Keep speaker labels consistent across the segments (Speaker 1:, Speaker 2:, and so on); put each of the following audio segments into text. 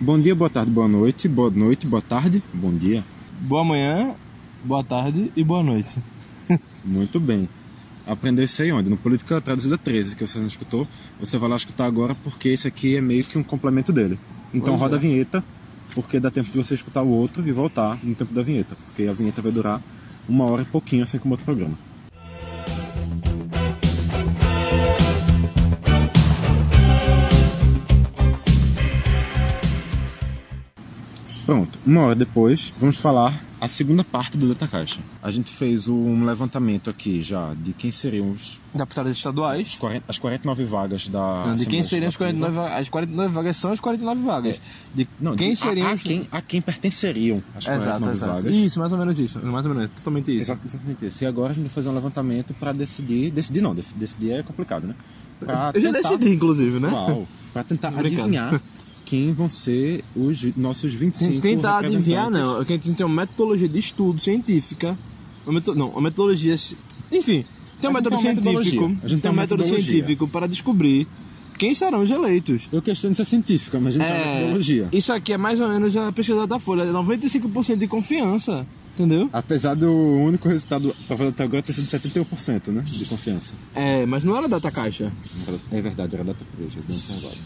Speaker 1: Bom dia, boa tarde, boa noite, boa noite, boa tarde, bom dia.
Speaker 2: Boa manhã, boa tarde e boa noite.
Speaker 1: Muito bem. Aprendeu isso aí onde? No Política Traduzida 13, que você não escutou. Você vai lá escutar agora porque esse aqui é meio que um complemento dele. Então
Speaker 2: Pois
Speaker 1: roda
Speaker 2: é.
Speaker 1: a vinheta, porque dá tempo de você escutar o outro e voltar no tempo da vinheta. Porque a vinheta vai durar uma hora e pouquinho, assim como outro programa. Pronto, uma hora depois, vamos falar a segunda parte do Data Caixa. A gente fez um levantamento aqui já de quem seriam os
Speaker 2: Deputados estaduais.
Speaker 1: 40 as 49 vagas da.
Speaker 2: Não, de quem
Speaker 1: Assembleia
Speaker 2: seriam as
Speaker 1: Legislativa.
Speaker 2: 49 vagas? As 49 vagas são as 49 vagas. É. De
Speaker 1: Não, de-
Speaker 2: quem
Speaker 1: a-
Speaker 2: seriam
Speaker 1: a,
Speaker 2: os...
Speaker 1: quem, a quem pertenceriam as 49
Speaker 2: Exato, exato.
Speaker 1: vagas.
Speaker 2: Isso, mais ou menos isso. Mais ou menos, totalmente isso.
Speaker 1: Exato, exatamente isso. E agora a gente vai fazer um levantamento para decidir. Decidir não, def- decidir é complicado, né? Pra
Speaker 2: Eu já
Speaker 1: tentar-
Speaker 2: decidi, inclusive, né?
Speaker 1: Uau! Pra tentar
Speaker 2: Brincando.
Speaker 1: adivinhar quem vão ser os vi- nossos 25
Speaker 2: tentar adivinhar,
Speaker 1: representantes.
Speaker 2: não. É que a gente tem uma metodologia de estudo científica. Uma meto- Não, uma metodologia. ci- Enfim, tem um
Speaker 1: A gente
Speaker 2: método
Speaker 1: tem uma
Speaker 2: científico.
Speaker 1: metodologia. A gente tem
Speaker 2: um
Speaker 1: uma
Speaker 2: método
Speaker 1: metodologia.
Speaker 2: científico para descobrir quem serão os eleitos.
Speaker 1: Eu questiono se é científica, mas a gente tem uma metodologia.
Speaker 2: isso aqui é mais ou menos a pesquisa da Folha, É 95% de confiança, entendeu?
Speaker 1: Apesar do único resultado provado até agora ter sido 71%, né? De confiança.
Speaker 2: É, mas não era o data caixa,
Speaker 1: É verdade, era data preja, bem observado.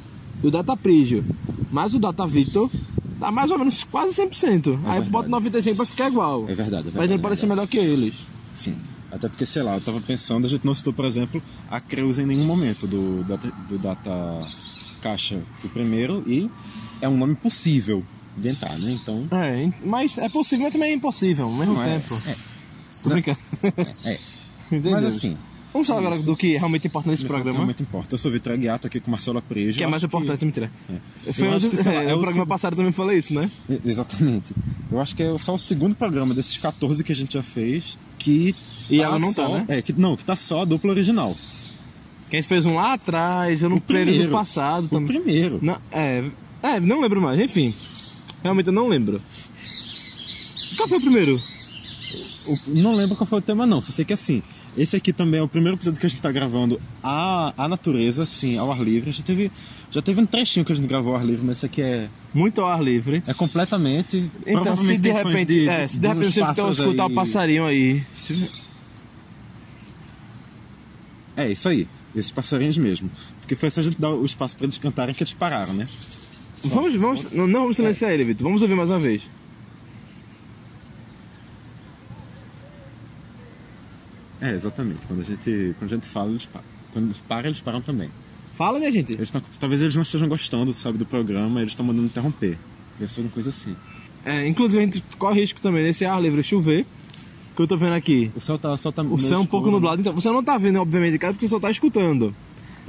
Speaker 2: o data prígio, mas o data Victor dá mais ou menos quase 100%. Aí
Speaker 1: É verdade.
Speaker 2: bota 95 pra ficar igual.
Speaker 1: É verdade, é verdade.
Speaker 2: Pra
Speaker 1: é
Speaker 2: gente parecer
Speaker 1: verdade.
Speaker 2: melhor que eles.
Speaker 1: Sim. Até porque, sei lá, eu tava pensando, a gente não citou, por exemplo, a Creus em nenhum momento do data, do data Caixa, o primeiro, e é um nome possível de entrar, né? Então.
Speaker 2: É, hein? mas é possível, mas também é impossível ao mesmo
Speaker 1: não é-
Speaker 2: tempo.
Speaker 1: é,
Speaker 2: Tô brincando.
Speaker 1: é.
Speaker 2: Entendeu?
Speaker 1: Mas assim,
Speaker 2: Vamos falar agora do que realmente importa nesse programa.
Speaker 1: realmente importa. Eu sou Vitor Aguiar, tô aqui com Marcelo Prejo.
Speaker 2: Que é mais importante, mentira. Foi
Speaker 1: Eu acho
Speaker 2: onde-
Speaker 1: que, sei lá,
Speaker 2: é,
Speaker 1: é
Speaker 2: o
Speaker 1: o
Speaker 2: programa
Speaker 1: seg-
Speaker 2: passado eu também falei isso, né?
Speaker 1: Exatamente. Eu acho que é só o segundo programa desses 14 que a gente já fez que.
Speaker 2: E ela não tá,
Speaker 1: só-
Speaker 2: né?
Speaker 1: É, que, não, que tá só a dupla original.
Speaker 2: Que a gente fez um lá atrás, eu não período
Speaker 1: primeiro.
Speaker 2: passado
Speaker 1: O
Speaker 2: também.
Speaker 1: primeiro.
Speaker 2: Não, é, é, não lembro mais, enfim. Realmente eu não lembro. Qual foi o primeiro?
Speaker 1: O- não lembro qual foi o tema, não. Só sei que assim, esse aqui também é o primeiro episódio que a gente tá gravando a, a natureza, assim, ao ar livre. Já teve, já teve um trechinho que a gente gravou ao ar livre, mas esse aqui é,
Speaker 2: Muito ao ar livre.
Speaker 1: é completamente.
Speaker 2: Então,
Speaker 1: provavelmente
Speaker 2: se de
Speaker 1: tem sons
Speaker 2: repente,
Speaker 1: de-
Speaker 2: é,
Speaker 1: de-
Speaker 2: se de
Speaker 1: de
Speaker 2: repente
Speaker 1: uns
Speaker 2: você quiser
Speaker 1: pássaros
Speaker 2: escutar
Speaker 1: aí.
Speaker 2: o passarinho aí,
Speaker 1: É, isso aí. Esses passarinhos mesmo. Porque foi só a gente dar o espaço pra eles cantarem que eles pararam, né?
Speaker 2: Vamos, vamos, não, não vamos silenciar ele, Vitor. Vamos ouvir mais uma vez.
Speaker 1: É, exatamente. Quando a gente, quando a gente fala, eles param. Quando eles param, eles param também.
Speaker 2: Fala, minha gente.
Speaker 1: Eles tão- talvez eles não estejam gostando, sabe, do programa, eles estão mandando interromper. Deve ser uma coisa assim.
Speaker 2: É, inclusive, a gente corre risco também nesse ar livre chover, que eu tô vendo aqui.
Speaker 1: O céu tá, o céu tá
Speaker 2: O céu é um pouco nublado, então você não tá vendo, obviamente, cara, porque só tá escutando.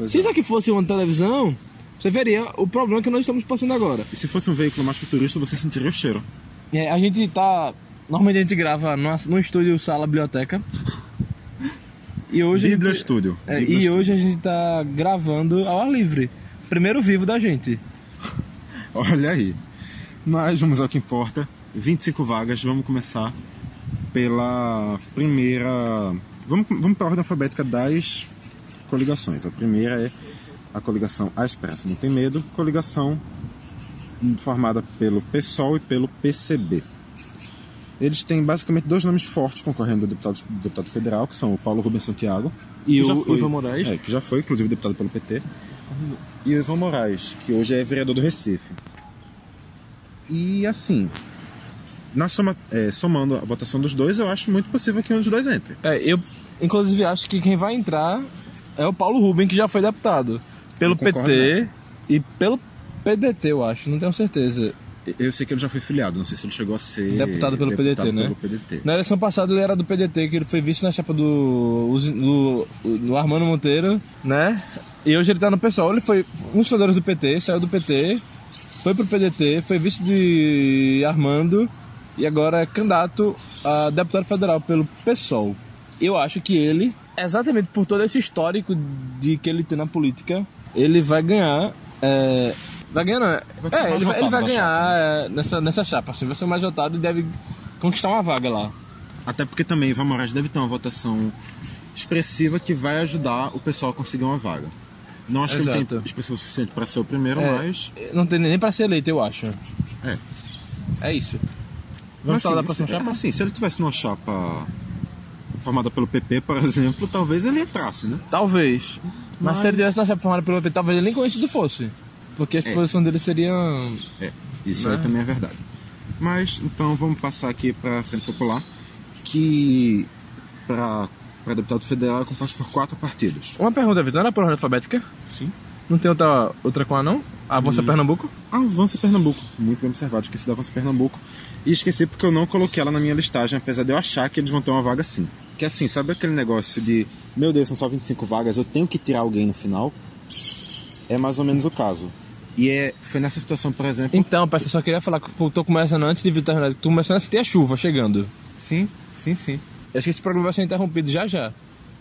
Speaker 2: Se
Speaker 1: é.
Speaker 2: isso aqui fosse uma televisão, você veria o problema que nós estamos passando agora.
Speaker 1: E se fosse um veículo mais futurista, você sentiria o cheiro.
Speaker 2: É, a gente tá. Normalmente a gente grava numa- num estúdio sala biblioteca. E hoje. a
Speaker 1: Bíblia
Speaker 2: gente-
Speaker 1: Studio.
Speaker 2: É,
Speaker 1: Bíblia
Speaker 2: e
Speaker 1: Studio.
Speaker 2: hoje a gente tá gravando ao ar livre. Primeiro vivo da gente.
Speaker 1: Olha aí. Mas vamos ao que importa. 25 vagas, vamos começar pela primeira. Vamos, vamos para a ordem alfabética das coligações. A primeira é a coligação A Expressa Não Tem Medo, coligação formada pelo PSOL e pelo PCB. Eles têm basicamente dois nomes fortes concorrendo ao deputado, deputado federal, que são o Paulo Rubens Santiago
Speaker 2: E
Speaker 1: que já
Speaker 2: o
Speaker 1: foi-
Speaker 2: Ivan Moraes.
Speaker 1: É, que já foi, inclusive, deputado pelo PT. E o Ivan Moraes, que hoje é vereador do Recife. E assim, na soma, é, somando a votação dos dois, eu acho muito possível que um dos dois entre.
Speaker 2: É, eu inclusive acho que quem vai entrar é o Paulo Rubem, que já foi deputado pelo
Speaker 1: Eu concordo
Speaker 2: PT
Speaker 1: nessa.
Speaker 2: e pelo PDT, eu acho, não tenho certeza.
Speaker 1: Eu sei que ele já foi filiado, não sei se ele chegou a ser.
Speaker 2: Deputado pelo PDT, né?
Speaker 1: pelo PDT.
Speaker 2: Na eleição passada ele era do PDT, que ele foi vice na chapa do, Uzi- do, do Armando Monteiro, né? E hoje ele tá no PSOL, ele foi um dos fundadores do PT, saiu do PT, foi pro PDT, foi vice de Armando e agora é candidato a deputado federal pelo PSOL. Eu acho que ele, exatamente por todo esse histórico de que ele tem na política, ele vai ganhar. é, vai ganhar, não. é,
Speaker 1: Vai ficar
Speaker 2: é,
Speaker 1: mais
Speaker 2: ele, vai, ele
Speaker 1: votado
Speaker 2: vai
Speaker 1: na
Speaker 2: ganhar
Speaker 1: chapa,
Speaker 2: é, nessa, nessa chapa. Assim, vai ser o mais votado e deve conquistar uma vaga lá.
Speaker 1: Até porque também Ivan Moraes deve ter uma votação expressiva que vai ajudar o pessoal a conseguir uma vaga. Não acho que ele tem
Speaker 2: Exato.
Speaker 1: expressão suficiente para ser o primeiro,
Speaker 2: É,
Speaker 1: mas.
Speaker 2: Não tem nem pra ser eleito, eu acho.
Speaker 1: É.
Speaker 2: É isso.
Speaker 1: Mas,
Speaker 2: Vamos falar da
Speaker 1: assim,
Speaker 2: próxima
Speaker 1: se-
Speaker 2: chapa?
Speaker 1: assim, se ele tivesse numa chapa formada pelo PP, por exemplo, talvez ele entrasse, né?
Speaker 2: Talvez. Mas,
Speaker 1: Mas-
Speaker 2: se ele tivesse na chapa formada pelo PT, talvez ele nem conhecido fosse. Porque a exposição dele seria.
Speaker 1: É, isso aí também é verdade. Mas então vamos passar aqui para a Frente Popular, que para deputado federal é composto por quatro partidos.
Speaker 2: Uma pergunta, Vitor, não é por ordem alfabética?
Speaker 1: Sim. Hum.
Speaker 2: Não tem outra, outra com A, não? Avança Pernambuco?
Speaker 1: Avança Pernambuco, muito bem observado, esqueci da Avança Pernambuco. E esqueci porque eu não coloquei ela na minha listagem, apesar de eu achar que eles vão ter uma vaga sim. Que assim, sabe aquele negócio de, meu Deus, são só 25 vagas, eu tenho que tirar alguém no final? É mais ou menos o caso. E é, foi nessa situação, por exemplo.
Speaker 2: Então, peça, só queria falar que pô, tô começando antes de Vitor terminar. Tô começando antes de ter a chuva chegando.
Speaker 1: Sim, sim, sim.
Speaker 2: Eu acho que esse programa vai ser interrompido já já.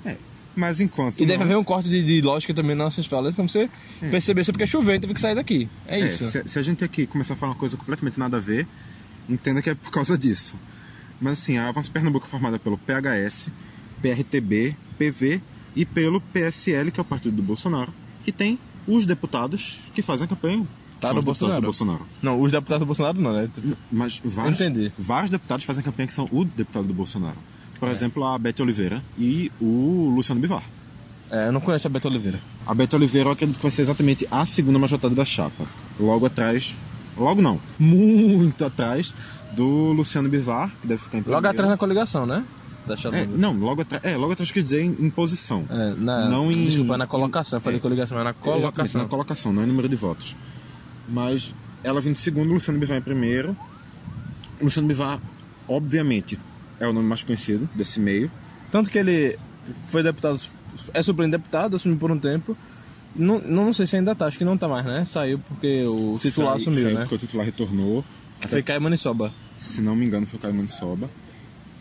Speaker 1: É. Mas enquanto.
Speaker 2: E
Speaker 1: não-
Speaker 2: deve haver um corte de, de lógica também nas nossas falas, então você perceber só porque é chovendo, teve que sair daqui. É,
Speaker 1: É,
Speaker 2: isso.
Speaker 1: Se, se a gente aqui começar a falar uma coisa completamente nada a ver, entenda que é por causa disso. Mas assim, a Avanço Pernambuco é formada pelo PHS, PRTB, PV e pelo PSL, que é o partido do Bolsonaro, que tem os deputados que fazem a campanha. que
Speaker 2: Tá
Speaker 1: são
Speaker 2: no
Speaker 1: os deputados do
Speaker 2: Bolsonaro.
Speaker 1: Bolsonaro.
Speaker 2: Não, os deputados do Bolsonaro não, né? Tipo,
Speaker 1: Mas vários,
Speaker 2: Entendi.
Speaker 1: vários deputados fazem a campanha que são o deputado do Bolsonaro. Por exemplo, a Beth Oliveira e o Luciano Bivar.
Speaker 2: É, eu não conheço a Beto Oliveira.
Speaker 1: A Beta Oliveira eu acredito que vai ser exatamente a segunda mais votada da chapa. Logo atrás. Logo não. Muito atrás do Luciano Bivar, que deve ficar em
Speaker 2: Logo
Speaker 1: primeiro.
Speaker 2: atrás na coligação, né? Da Shadow.
Speaker 1: É, não, logo atrás. É, logo atrás quer dizer em, em posição.
Speaker 2: É, na,
Speaker 1: Não em-
Speaker 2: Desculpa, na colocação. Eu falei coligação, mas É. na
Speaker 1: Exatamente,
Speaker 2: colocação.
Speaker 1: na colocação, não em número de votos. Mas ela vem de segundo, Luciano Bivar em primeiro. Luciano Bivar, obviamente, é o nome mais conhecido desse meio.
Speaker 2: Tanto que ele foi deputado, é suplente deputado, assumiu por um tempo. Não, não, não sei se ainda tá, acho que não tá mais, né? Saiu porque o titular
Speaker 1: Saiu-
Speaker 2: assumiu,
Speaker 1: saiu
Speaker 2: né?
Speaker 1: Porque o titular retornou.
Speaker 2: Foi Caio Maniçoba.
Speaker 1: se não me engano, foi o Caio Mansoba.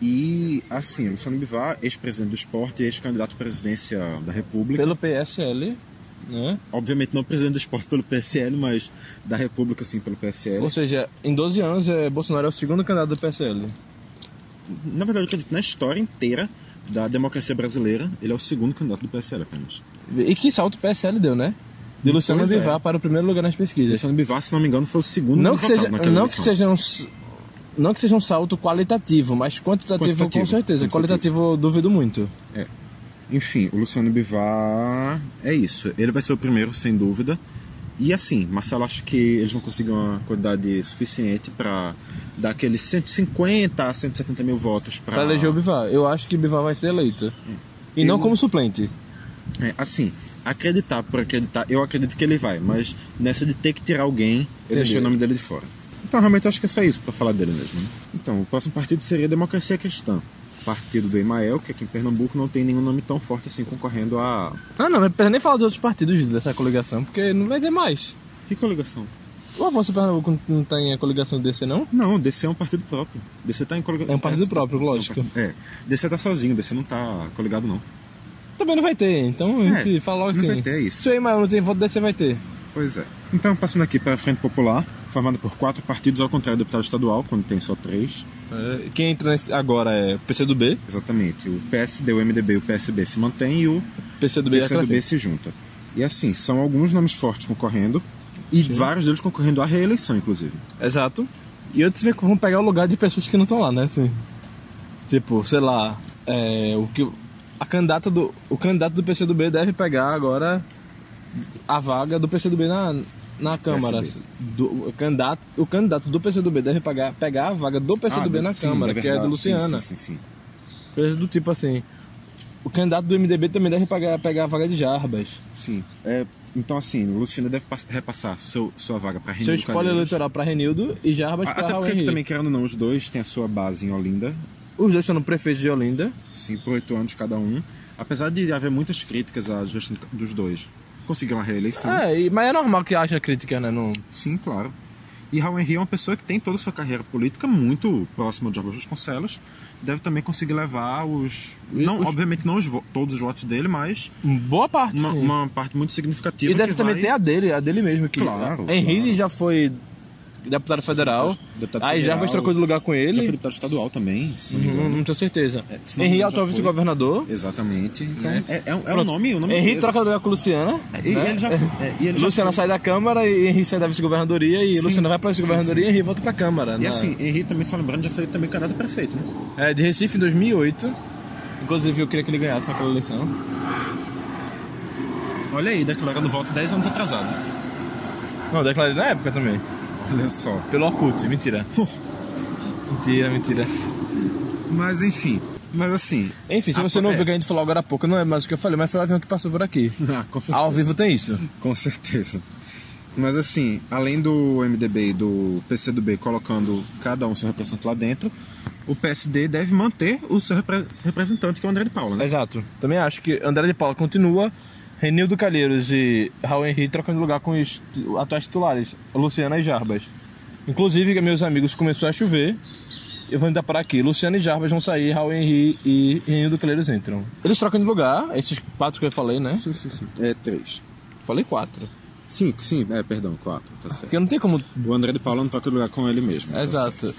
Speaker 1: E, assim, Luciano Bivar, ex-presidente do esporte, ex-candidato à presidência da República.
Speaker 2: Pelo PSL, né?
Speaker 1: Obviamente, não presidente do esporte pelo PSL, mas da República, sim, pelo PSL.
Speaker 2: Ou seja, em 12 anos, eh, Bolsonaro é o segundo candidato do PSL.
Speaker 1: Na verdade, eu acredito que na história inteira da democracia brasileira, ele é o segundo candidato do PSL apenas.
Speaker 2: E que salto o PSL deu, né? De Luciano
Speaker 1: Pois é.
Speaker 2: Vivar para o primeiro lugar nas pesquisas.
Speaker 1: Luciano Bivar, se não me engano, foi o segundo
Speaker 2: Não
Speaker 1: mais
Speaker 2: que, seja,
Speaker 1: votado naquela
Speaker 2: não, que
Speaker 1: eleição.
Speaker 2: seja um, s- não que seja um salto qualitativo, mas quantitativo, com
Speaker 1: Quantitativo,
Speaker 2: certeza. Qualitativo eu duvido muito.
Speaker 1: É. Enfim, o Luciano Bivar é isso. Ele vai ser o primeiro, sem dúvida. E assim, Marcelo acha que eles vão conseguir uma quantidade suficiente para dar aqueles 150 a 170 mil votos para
Speaker 2: Para eleger o Bivar. Eu acho que Bivar vai ser eleito. E
Speaker 1: Eu-
Speaker 2: não como suplente.
Speaker 1: É, assim, acreditar por acreditar, eu acredito que ele vai, mas nessa de ter que tirar alguém, eu deixei o nome dele de fora. Então, realmente, eu acho que é só isso pra falar dele mesmo. Né? Então, o próximo partido seria a Democracia Cristã. Partido do Emael, que aqui em Pernambuco não tem nenhum nome tão forte assim concorrendo a.
Speaker 2: Ah, não, não precisa nem falar dos outros partidos dessa coligação, porque não vai ter mais.
Speaker 1: Que coligação?
Speaker 2: O Avanço Pernambuco não tem a coligação desse, não?
Speaker 1: Não, DC é um partido próprio. DC tá em colega...
Speaker 2: É um partido próprio, lógico.
Speaker 1: É, um partido- é. DC tá sozinho, DC não tá coligado, não.
Speaker 2: Também não vai ter, então a gente
Speaker 1: É,
Speaker 2: fala logo
Speaker 1: não
Speaker 2: assim.
Speaker 1: vai ter isso.
Speaker 2: Se o Emael não tem voto desse, vai ter.
Speaker 1: Pois é. Então, passando aqui para a Frente Popular, formada por quatro partidos, ao contrário do deputado estadual, quando tem só três.
Speaker 2: É, Quem entra nesse- agora é o PCdoB.
Speaker 1: Exatamente. O PSD, o MDB e o PSB se mantém e o
Speaker 2: PCdoB, é
Speaker 1: PCdoB
Speaker 2: crescente.
Speaker 1: se junta. E assim, são alguns nomes fortes concorrendo, e vários deles concorrendo à reeleição, inclusive.
Speaker 2: Exato. E outros vê- vão pegar o lugar de pessoas que não estão lá, né? Assim, tipo, sei lá, é, o que a candidata do o candidato do PCdoB deve pegar agora a vaga do PCdoB na na Câmara.
Speaker 1: PSB.
Speaker 2: Do, o, candidato, o candidato do PCdoB deve pegar, pegar a vaga do PCdoB
Speaker 1: Ah,
Speaker 2: na
Speaker 1: sim,
Speaker 2: Câmara, que é a do
Speaker 1: verdade. Sim,
Speaker 2: Luciana.
Speaker 1: Sim, sim, sim.
Speaker 2: Coisa do tipo assim. O candidato do MDB também deve pegar, pegar a vaga de Jarbas.
Speaker 1: Sim. É, então, assim, Luciana deve pass- repassar seu, sua vaga para
Speaker 2: Seu spoiler eleitoral pra Renildo e Jarbas
Speaker 1: A-
Speaker 2: pra
Speaker 1: Ah, Até
Speaker 2: Raul
Speaker 1: porque
Speaker 2: Henrique.
Speaker 1: também, querendo ou não, os dois têm a sua base em Olinda,
Speaker 2: Os dois estão no prefeito de Olinda.
Speaker 1: sim, por oito anos cada um. Apesar de haver muitas críticas à gestão dos dois, conseguiram a reeleição.
Speaker 2: É, e- mas é normal que haja crítica, né? Não...
Speaker 1: Sim, claro. E Raul Henrique é uma pessoa que tem toda a sua carreira política muito próxima de Jorge Vasconcelos. Deve também conseguir levar os... Não,
Speaker 2: os-
Speaker 1: Obviamente não os vo- todos os votos dele, mas
Speaker 2: Boa parte,
Speaker 1: uma,
Speaker 2: sim.
Speaker 1: uma parte muito significativa.
Speaker 2: E deve
Speaker 1: que
Speaker 2: também
Speaker 1: vai...
Speaker 2: ter a dele, a dele mesmo. Que
Speaker 1: Claro,
Speaker 2: Henrique
Speaker 1: claro.
Speaker 2: já foi deputado federal.
Speaker 1: Deputado
Speaker 2: aí
Speaker 1: federal.
Speaker 2: Jarbas trocou de lugar com
Speaker 1: Já foi
Speaker 2: ele.
Speaker 1: deputado estadual também, se não me engano.
Speaker 2: Não, não tenho certeza.
Speaker 1: né? É, se não me
Speaker 2: Henrique
Speaker 1: engano, já
Speaker 2: Alto
Speaker 1: foi.
Speaker 2: vice-governador.
Speaker 1: Exatamente. Então, é, é, é o nome, o nome
Speaker 2: Henrique
Speaker 1: mesmo.
Speaker 2: troca de lugar com Luciana.
Speaker 1: E
Speaker 2: né?
Speaker 1: ele já, é, e ele já
Speaker 2: Luciana
Speaker 1: foi-
Speaker 2: sai da Câmara e Henrique sai da vice-governadoria e
Speaker 1: Sim.
Speaker 2: Luciana vai pra vice-governadoria e Henrique volta pra Câmara.
Speaker 1: E
Speaker 2: na-
Speaker 1: assim, Henrique também, só lembrando, já foi também candidato a prefeito, né?
Speaker 2: É, de Recife em 2008. Inclusive eu queria que ele ganhasse naquela eleição.
Speaker 1: Olha aí, declarando voto 10 anos atrasado.
Speaker 2: Não, eu declarei na época também.
Speaker 1: Olha só.
Speaker 2: Pelo Orkut, mentira. mentira, mentira.
Speaker 1: Mas enfim, mas assim.
Speaker 2: Enfim, se
Speaker 1: Ah,
Speaker 2: você não
Speaker 1: é.
Speaker 2: ouviu o que a gente falou agora há pouco, não é mais o que eu falei, mas foi o avião que passou por aqui.
Speaker 1: Ah, com, cer-
Speaker 2: Ao vivo tem isso.
Speaker 1: com certeza. Mas assim, além do MDB e do PCdoB colocando cada um seu representante lá dentro, o PSD deve manter o seu repre- seu representante, que é o André de Paula, né?
Speaker 2: Exato. Também acho que André de Paula continua, Renildo Calheiros e Raul Henrique trocando lugar com os t- atuais titulares, Luciana e Jarbas. Inclusive, meus amigos, começou a chover. Eu vou ainda parar aqui. Luciana e Jarbas vão sair, Raul Henrique e Renildo Calheiros entram. Eles trocam de lugar, esses quatro que eu falei, né?
Speaker 1: Sim, sim, sim. É três.
Speaker 2: Falei quatro.
Speaker 1: Cinco, sim, é, perdão, quatro, tá certo.
Speaker 2: Porque não tem como.
Speaker 1: O André de Paula não toca lugar com ele mesmo. tá
Speaker 2: Exato.
Speaker 1: certo.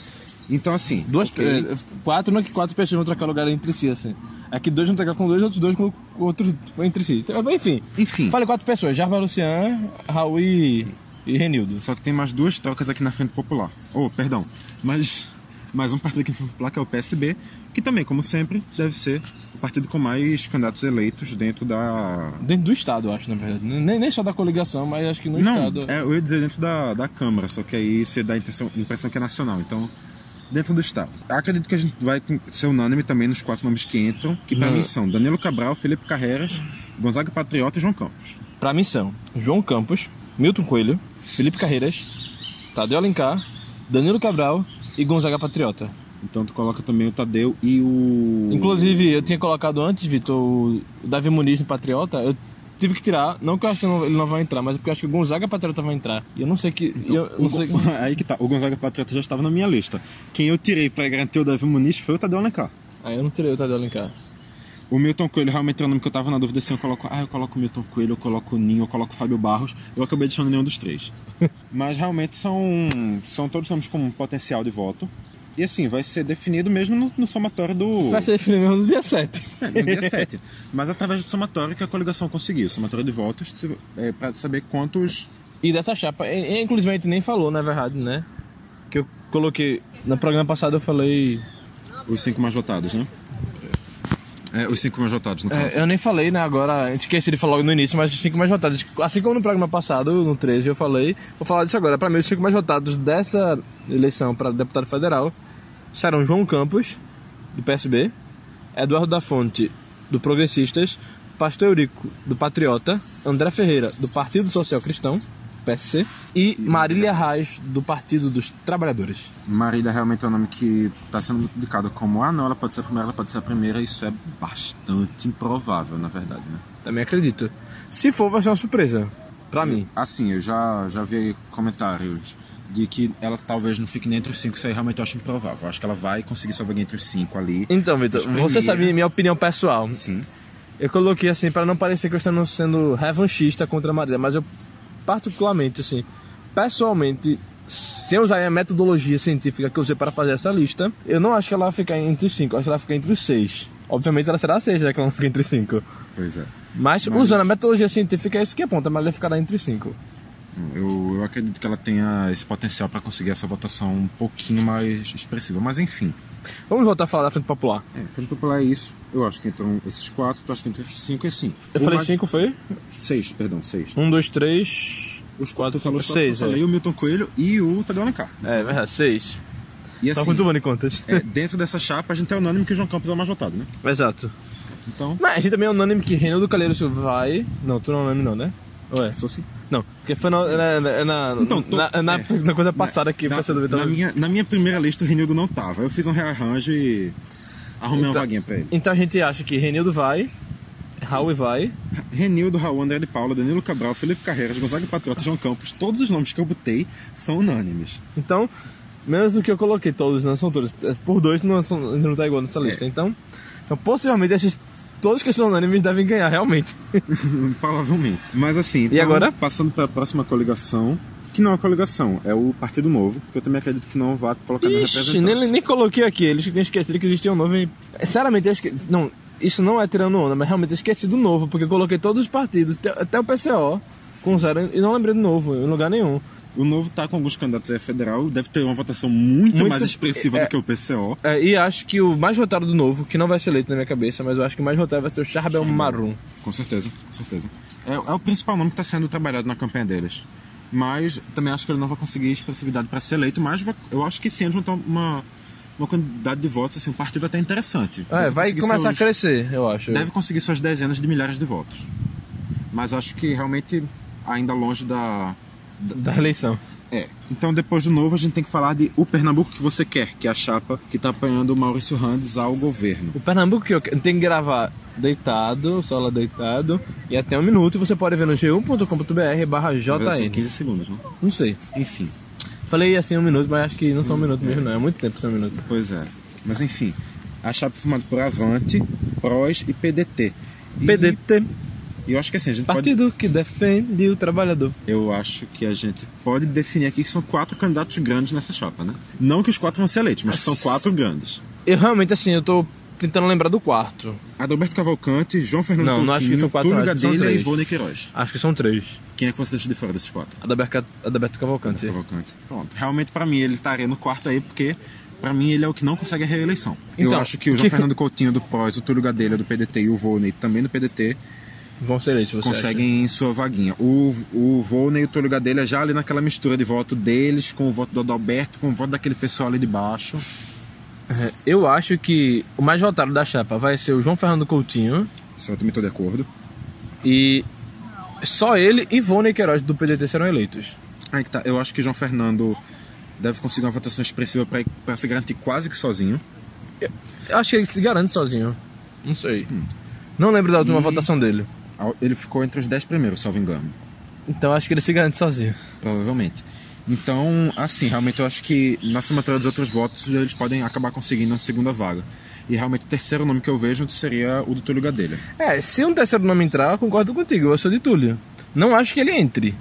Speaker 1: Então assim.
Speaker 2: Duas,
Speaker 1: ok.
Speaker 2: eh, Quatro não é que quatro pessoas vão trocar lugar entre si, assim. Aqui dois vão trocar com dois, outros dois com com outros entre si. Então, Enfim.
Speaker 1: Enfim.
Speaker 2: Falei quatro pessoas: Jarba Lucian, Raul e, e Renildo.
Speaker 1: Só que tem mais duas trocas aqui na Frente Popular. Oh, perdão. Mas mais um partido aqui na Frente Popular que é o PSB, que também, como sempre, deve ser o partido com mais candidatos eleitos dentro da.
Speaker 2: Dentro do Estado, eu acho, na verdade. Nem, nem só da coligação, mas acho que no
Speaker 1: Não,
Speaker 2: Estado.
Speaker 1: é, eu ia dizer dentro da, da Câmara, só que aí você dá a impressão, impressão que é nacional. Então, dentro do Estado. Acredito que a gente vai com- ser unânime também nos quatro nomes que entram, que pra
Speaker 2: Não.
Speaker 1: mim são Danilo Cabral, Felipe Carreiras, Gonzaga Patriota e João Campos.
Speaker 2: Pra mim são João Campos, Milton Coelho, Felipe Carreiras, Tadeu Alencar, Danilo Cabral e Gonzaga Patriota.
Speaker 1: Então tu coloca também o Tadeu e o.
Speaker 2: Inclusive, eu tinha colocado antes, Vitor, o Davi Muniz no Patriota. Eu tive que tirar, não que eu acho que não- ele não vai entrar, mas é porque eu acho que o Gonzaga Patriota vai entrar. E eu não sei que. e eu não
Speaker 1: O
Speaker 2: sei-
Speaker 1: Go- Aí que tá, o Gonzaga Patriota já estava na minha lista. Quem eu tirei pra garantir o Davi Muniz foi o Tadeu Alencar.
Speaker 2: Ah, eu não tirei o Tadeu Alencar.
Speaker 1: O Milton Coelho realmente era o nome que eu tava na dúvida assim, eu coloco, ah, eu coloco o Milton Coelho, eu coloco o Ninho, eu coloco o Fábio Barros, eu acabei deixando nenhum dos três. Mas realmente são, são todos nomes com potencial de voto. E assim, vai ser definido mesmo no, no somatório do.
Speaker 2: Vai ser definido mesmo no dia 7.
Speaker 1: no dia 7. Mas através do somatório que a coligação conseguiu, somatório de votos, se- é, pra saber quantos.
Speaker 2: E dessa chapa, e- e, inclusive a gente nem falou, na verdade, né? Que eu coloquei. No programa passado eu falei.
Speaker 1: Os cinco mais votados, né? É, os cinco mais votados, no caso.
Speaker 2: É, eu nem falei, né? Agora, esqueci de falar logo no início, mas os cinco mais votados. Assim como no programa passado, no 13, eu falei, vou falar disso agora. Pra mim, os cinco mais votados dessa eleição para deputado federal serão João Campos, do PSB, Eduardo da Fonte, do Progressistas, Pastor Eurico, do Patriota, André Ferreira, do Partido Social Cristão, PSC, e Marília Reis, do Partido dos Trabalhadores.
Speaker 1: Marília realmente é um nome que está sendo muito indicado como ah não, ela pode ser a primeira, ela pode ser a primeira, isso é bastante improvável, na verdade, né?
Speaker 2: Também acredito. Se for, vai ser uma surpresa. Pra mim.
Speaker 1: Assim, eu já, já vi comentários de que ela talvez não fique nem entre os cinco, isso aí realmente eu acho improvável. Eu acho que ela vai conseguir sobreviver entre os cinco ali.
Speaker 2: Então, Vitor,
Speaker 1: Espremia.
Speaker 2: você sabe minha opinião pessoal.
Speaker 1: Sim.
Speaker 2: Eu coloquei assim, pra não parecer que eu estou sendo revanchista contra a Marília, mas eu particularmente, assim, pessoalmente, sem usar a metodologia científica que eu usei para fazer essa lista, eu não acho que ela vai ficar entre os cinco, eu acho que ela vai ficar entre os seis. Obviamente ela será a seis, já que ela não fica entre os cinco.
Speaker 1: Pois é.
Speaker 2: Mas,
Speaker 1: Mas-
Speaker 2: usando a metodologia científica, é isso que aponta, a Marília ficará entre os cinco.
Speaker 1: Eu, eu acredito que ela tenha esse potencial para conseguir essa votação um pouquinho mais expressiva, mas enfim.
Speaker 2: Vamos voltar a falar da Frente Popular.
Speaker 1: É, quando popular é isso, eu acho que entram esses quatro, tu acha que entre os cinco é cinco.
Speaker 2: Eu
Speaker 1: Ou
Speaker 2: falei
Speaker 1: mais-
Speaker 2: cinco, foi?
Speaker 1: Seis, perdão, seis.
Speaker 2: Um, dois, três.
Speaker 1: Os quatro falou só
Speaker 2: Seis,
Speaker 1: eu falei
Speaker 2: é.
Speaker 1: o Milton Coelho e o Tadeu Alencar.
Speaker 2: É, verdade, seis.
Speaker 1: E
Speaker 2: Tá
Speaker 1: assim,
Speaker 2: muito bom de contas.
Speaker 1: é, dentro dessa chapa a gente é unânime que o João Campos é o mais votado, né?
Speaker 2: Exato.
Speaker 1: Então,
Speaker 2: Mas a gente também é unânime que Reinaldo Calheiros vai. Não, tu não é unânime, não, né? Ué.
Speaker 1: é, sou assim. sim.
Speaker 2: Não, porque foi na, na, na, na-
Speaker 1: Então, tô-
Speaker 2: na, na-
Speaker 1: é.
Speaker 2: na coisa passada que
Speaker 1: na,
Speaker 2: você
Speaker 1: na, minha, na minha primeira lista o Renildo não tava. Eu fiz um rearranjo e arrumei uma
Speaker 2: Então-
Speaker 1: vaguinha pra ele.
Speaker 2: Então a gente acha que Renildo vai, Raul vai.
Speaker 1: Renildo, Raul, André de Paula, Danilo Cabral, Felipe Carreiras, Gonzaga Patriota, João Campos, todos os nomes que eu botei são unânimes.
Speaker 2: Então, menos do que eu coloquei todos, não são todos. É, Por dois não, são, não tá igual
Speaker 1: É.
Speaker 2: nessa lista. Então, então, possivelmente esses. Todos que são unânimes devem ganhar, realmente.
Speaker 1: Provavelmente. Mas assim,
Speaker 2: agora?
Speaker 1: passando para a próxima coligação, que não é a coligação, é o Partido Novo, que eu também acredito que não vá colocar no
Speaker 2: Ixi,
Speaker 1: representante.
Speaker 2: nem, nem coloquei aqui. Eles que tinham esquecido que existia um novo. e- Sinceramente, eu esque... não, isso não é tirando onda, mas realmente eu esqueci do novo, porque eu coloquei todos os partidos, te- até o PCO, com zero, e não lembrei do novo, em lugar nenhum.
Speaker 1: O Novo tá com alguns candidatos aí a federal, deve ter uma votação muito,
Speaker 2: Muito-
Speaker 1: mais expressiva do que o PCO.
Speaker 2: É, e acho que o mais votado do novo, que não vai ser eleito na minha cabeça, mas eu acho que o mais votado vai ser o Charbel Marum.
Speaker 1: Com certeza, com certeza. É, é o principal nome que está sendo trabalhado na campanha deles. Mas também acho que ele não vai conseguir expressividade para ser eleito, mas vai- eu acho que sim, eles vão ter uma, uma quantidade de votos, assim, um partido até interessante.
Speaker 2: É,
Speaker 1: Deve
Speaker 2: vai
Speaker 1: conseguir
Speaker 2: começar a
Speaker 1: seus-
Speaker 2: crescer, eu acho.
Speaker 1: Deve conseguir suas dezenas de milhares de votos. Mas acho que realmente ainda longe da.
Speaker 2: Da eleição.
Speaker 1: É. Então depois do novo a gente tem que falar de o Pernambuco que você quer, que é a chapa que tá apanhando o Maurício Randes ao governo.
Speaker 2: O Pernambuco que eu quero- tem que gravar deitado, só lá deitado, e até um minuto, e você pode ver no g1.com.br barra
Speaker 1: São
Speaker 2: JN.
Speaker 1: 15 segundos, né?
Speaker 2: Não sei.
Speaker 1: Enfim.
Speaker 2: Falei assim um minuto, mas acho que não são um minuto mesmo, não. É muito tempo só um minuto.
Speaker 1: Pois é. Mas enfim, a chapa formada por Avante, PROS e PDT. E-
Speaker 2: PDT,
Speaker 1: E eu acho que assim, a gente pode.
Speaker 2: partido que defende o trabalhador.
Speaker 1: Eu acho que a gente pode definir aqui que são quatro candidatos grandes nessa chapa, né? Não que os quatro vão ser eleitos, mas que são quatro grandes.
Speaker 2: Eu realmente, assim, eu tô tentando lembrar do quarto.
Speaker 1: Adalberto Cavalcante, João Fernando
Speaker 2: Não,
Speaker 1: Coutinho,
Speaker 2: não acho que são quatro,
Speaker 1: Túlio
Speaker 2: não, acho que são
Speaker 1: Gadelha e
Speaker 2: três.
Speaker 1: Ivone Queiroz.
Speaker 2: Acho que são três.
Speaker 1: Quem é que você deixa de fora desses quatro?
Speaker 2: Adalberto, Ca- Adalberto Cavalcante.
Speaker 1: Cavalcante. Pronto. Realmente, pra mim, ele estaria no quarto aí, porque pra mim ele é o que não consegue a reeleição. eu
Speaker 2: Então,
Speaker 1: acho que o
Speaker 2: que-
Speaker 1: João Fernando Coutinho do PROS, o Túlio Gadelha do PDT e o Volney também do PDT
Speaker 2: Vão ser eleitos, você acha?
Speaker 1: conseguem sua vaguinha. O, o Volney e o Túlio Gadelha já ali naquela mistura de voto deles com o voto do Adalberto, com o voto daquele pessoal ali de baixo.
Speaker 2: É, Eu acho que o mais votado da chapa vai ser o João Fernando Coutinho
Speaker 1: Isso eu também tô de acordo.
Speaker 2: e só ele e Ivone Queiroz do PDT serão eleitos.
Speaker 1: Aí que tá. Eu acho que João Fernando deve conseguir uma votação expressiva pra- pra se garantir quase que sozinho.
Speaker 2: Eu acho que ele se garante sozinho. Não sei. Não lembro da última votação dele.
Speaker 1: Ao- Ele ficou entre os 10 primeiros, salvo engano.
Speaker 2: Então acho que ele se garante sozinho.
Speaker 1: Provavelmente. Então, assim, realmente eu acho que na somatória dos outros votos eles podem acabar conseguindo a segunda vaga. E realmente o terceiro nome que eu vejo seria o do Túlio Gadelha.
Speaker 2: É, se um terceiro nome entrar, eu concordo contigo, eu sou de Túlio. Não acho que ele entre.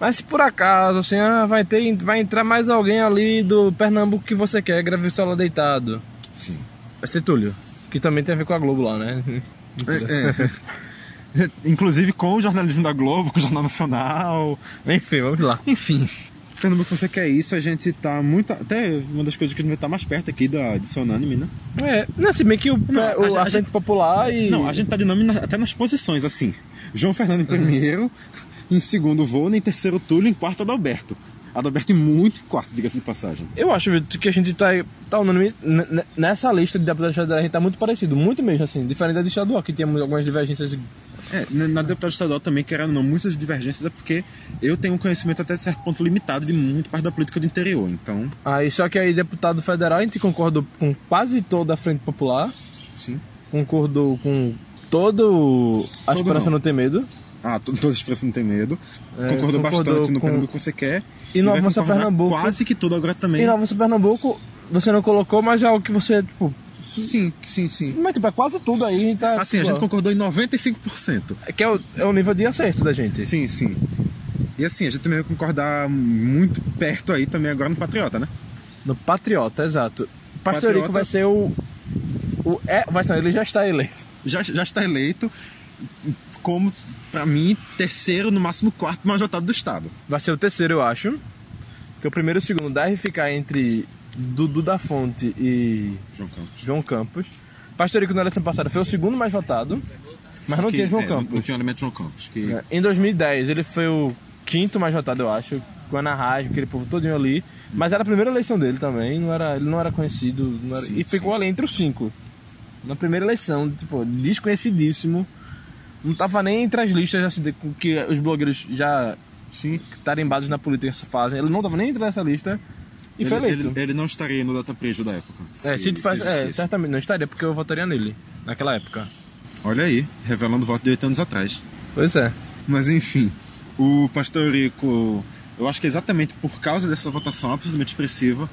Speaker 2: Mas se por acaso, assim, ah, vai, ter, vai entrar mais alguém ali do Pernambuco que você quer, grave solo deitado.
Speaker 1: Sim.
Speaker 2: Vai ser Túlio. Que também tem a ver com a Globo lá, né?
Speaker 1: É, Inclusive com o jornalismo da Globo, com o Jornal Nacional.
Speaker 2: Enfim, vamos lá.
Speaker 1: Enfim. Pernambuco, você quer isso? A gente tá muito. Até uma das coisas que a gente vai estar mais perto aqui da edição unânime, né?
Speaker 2: É, não, se bem que o, pé-
Speaker 1: a
Speaker 2: o
Speaker 1: gente- a
Speaker 2: Agente Popular e.
Speaker 1: Não, a gente tá de nome na- até nas posições, assim. João Fernando em primeiro, em segundo Vona, em terceiro Túlio, em quarto Adalberto. Adalberto em muito em quarto, diga-se de passagem.
Speaker 2: Eu acho, Vitor, que a gente tá, tá unânime n- n- nessa lista de deputados estaduais, a gente tá muito parecido, muito mesmo, assim, diferente da de estadual, que tinha algumas divergências.
Speaker 1: É, na na deputada estadual também, querendo ou não, muitas divergências é porque eu tenho um conhecimento até certo ponto limitado de muito parte da política do interior, então...
Speaker 2: Aí, só que aí, deputado federal, a gente concordou com quase toda a Frente Popular,
Speaker 1: Sim.
Speaker 2: concordou com todo a
Speaker 1: Todo
Speaker 2: Esperança
Speaker 1: não.
Speaker 2: Não Tem Medo,
Speaker 1: Ah, to- toda expressão não tem medo.
Speaker 2: É,
Speaker 1: concordou,
Speaker 2: concordou
Speaker 1: bastante no
Speaker 2: com-
Speaker 1: Pernambuco que você quer.
Speaker 2: E no
Speaker 1: vai
Speaker 2: Avança
Speaker 1: concordar
Speaker 2: Pernambuco.
Speaker 1: Quase que tudo agora também.
Speaker 2: e Nova Sul Pernambuco, você não colocou, mas é algo que você, tipo,
Speaker 1: Sim, sim, sim.
Speaker 2: mas tipo, é quase tudo aí, a gente tá...
Speaker 1: Assim, a
Speaker 2: tipo,
Speaker 1: gente concordou em 95%.
Speaker 2: ó, Que é o, é o nível de acerto da gente.
Speaker 1: Sim, sim. E assim, a gente também vai concordar muito perto aí também agora no Patriota, né?
Speaker 2: No Patriota, exato. Pastorico
Speaker 1: Patriota-
Speaker 2: vai ser o... o é, vai ser, ele já está eleito.
Speaker 1: Já, já está eleito como, pra mim, terceiro, no máximo quarto mais votado do Estado.
Speaker 2: Vai ser o terceiro, eu acho. Que o primeiro e o segundo deve ficar entre Dudu da Fonte e
Speaker 1: João Campos.
Speaker 2: João Campos. Pastorico na eleição passada foi o segundo mais votado, mas não
Speaker 1: Que-
Speaker 2: tinha João
Speaker 1: é, Não,
Speaker 2: Campos.
Speaker 1: não tinha o elemento João Campos. Que...
Speaker 2: É, Em 2010 ele foi o quinto mais votado, eu acho, com a Ana Rádio, aquele povo todinho ali. Mas era a primeira eleição dele também, não era, ele não era conhecido. não era-
Speaker 1: Sim,
Speaker 2: e ficou
Speaker 1: sim.
Speaker 2: ali entre os cinco. Na primeira eleição, tipo, desconhecidíssimo. Não tava nem entre as listas assim, de- que os blogueiros já
Speaker 1: Sim.
Speaker 2: tarimbados na política fazem. Ele não tava nem entre essa lista. E
Speaker 1: Ele,
Speaker 2: foi eleito.
Speaker 1: ele- ele não estaria no data prejo da época.
Speaker 2: é, se tivesse, é,
Speaker 1: existisse.
Speaker 2: certamente não estaria, porque eu votaria nele, naquela época.
Speaker 1: Olha aí, revelando o voto de oito anos atrás.
Speaker 2: Pois é.
Speaker 1: Mas enfim, o Pastorico, eu acho que é exatamente por causa dessa votação absolutamente expressiva,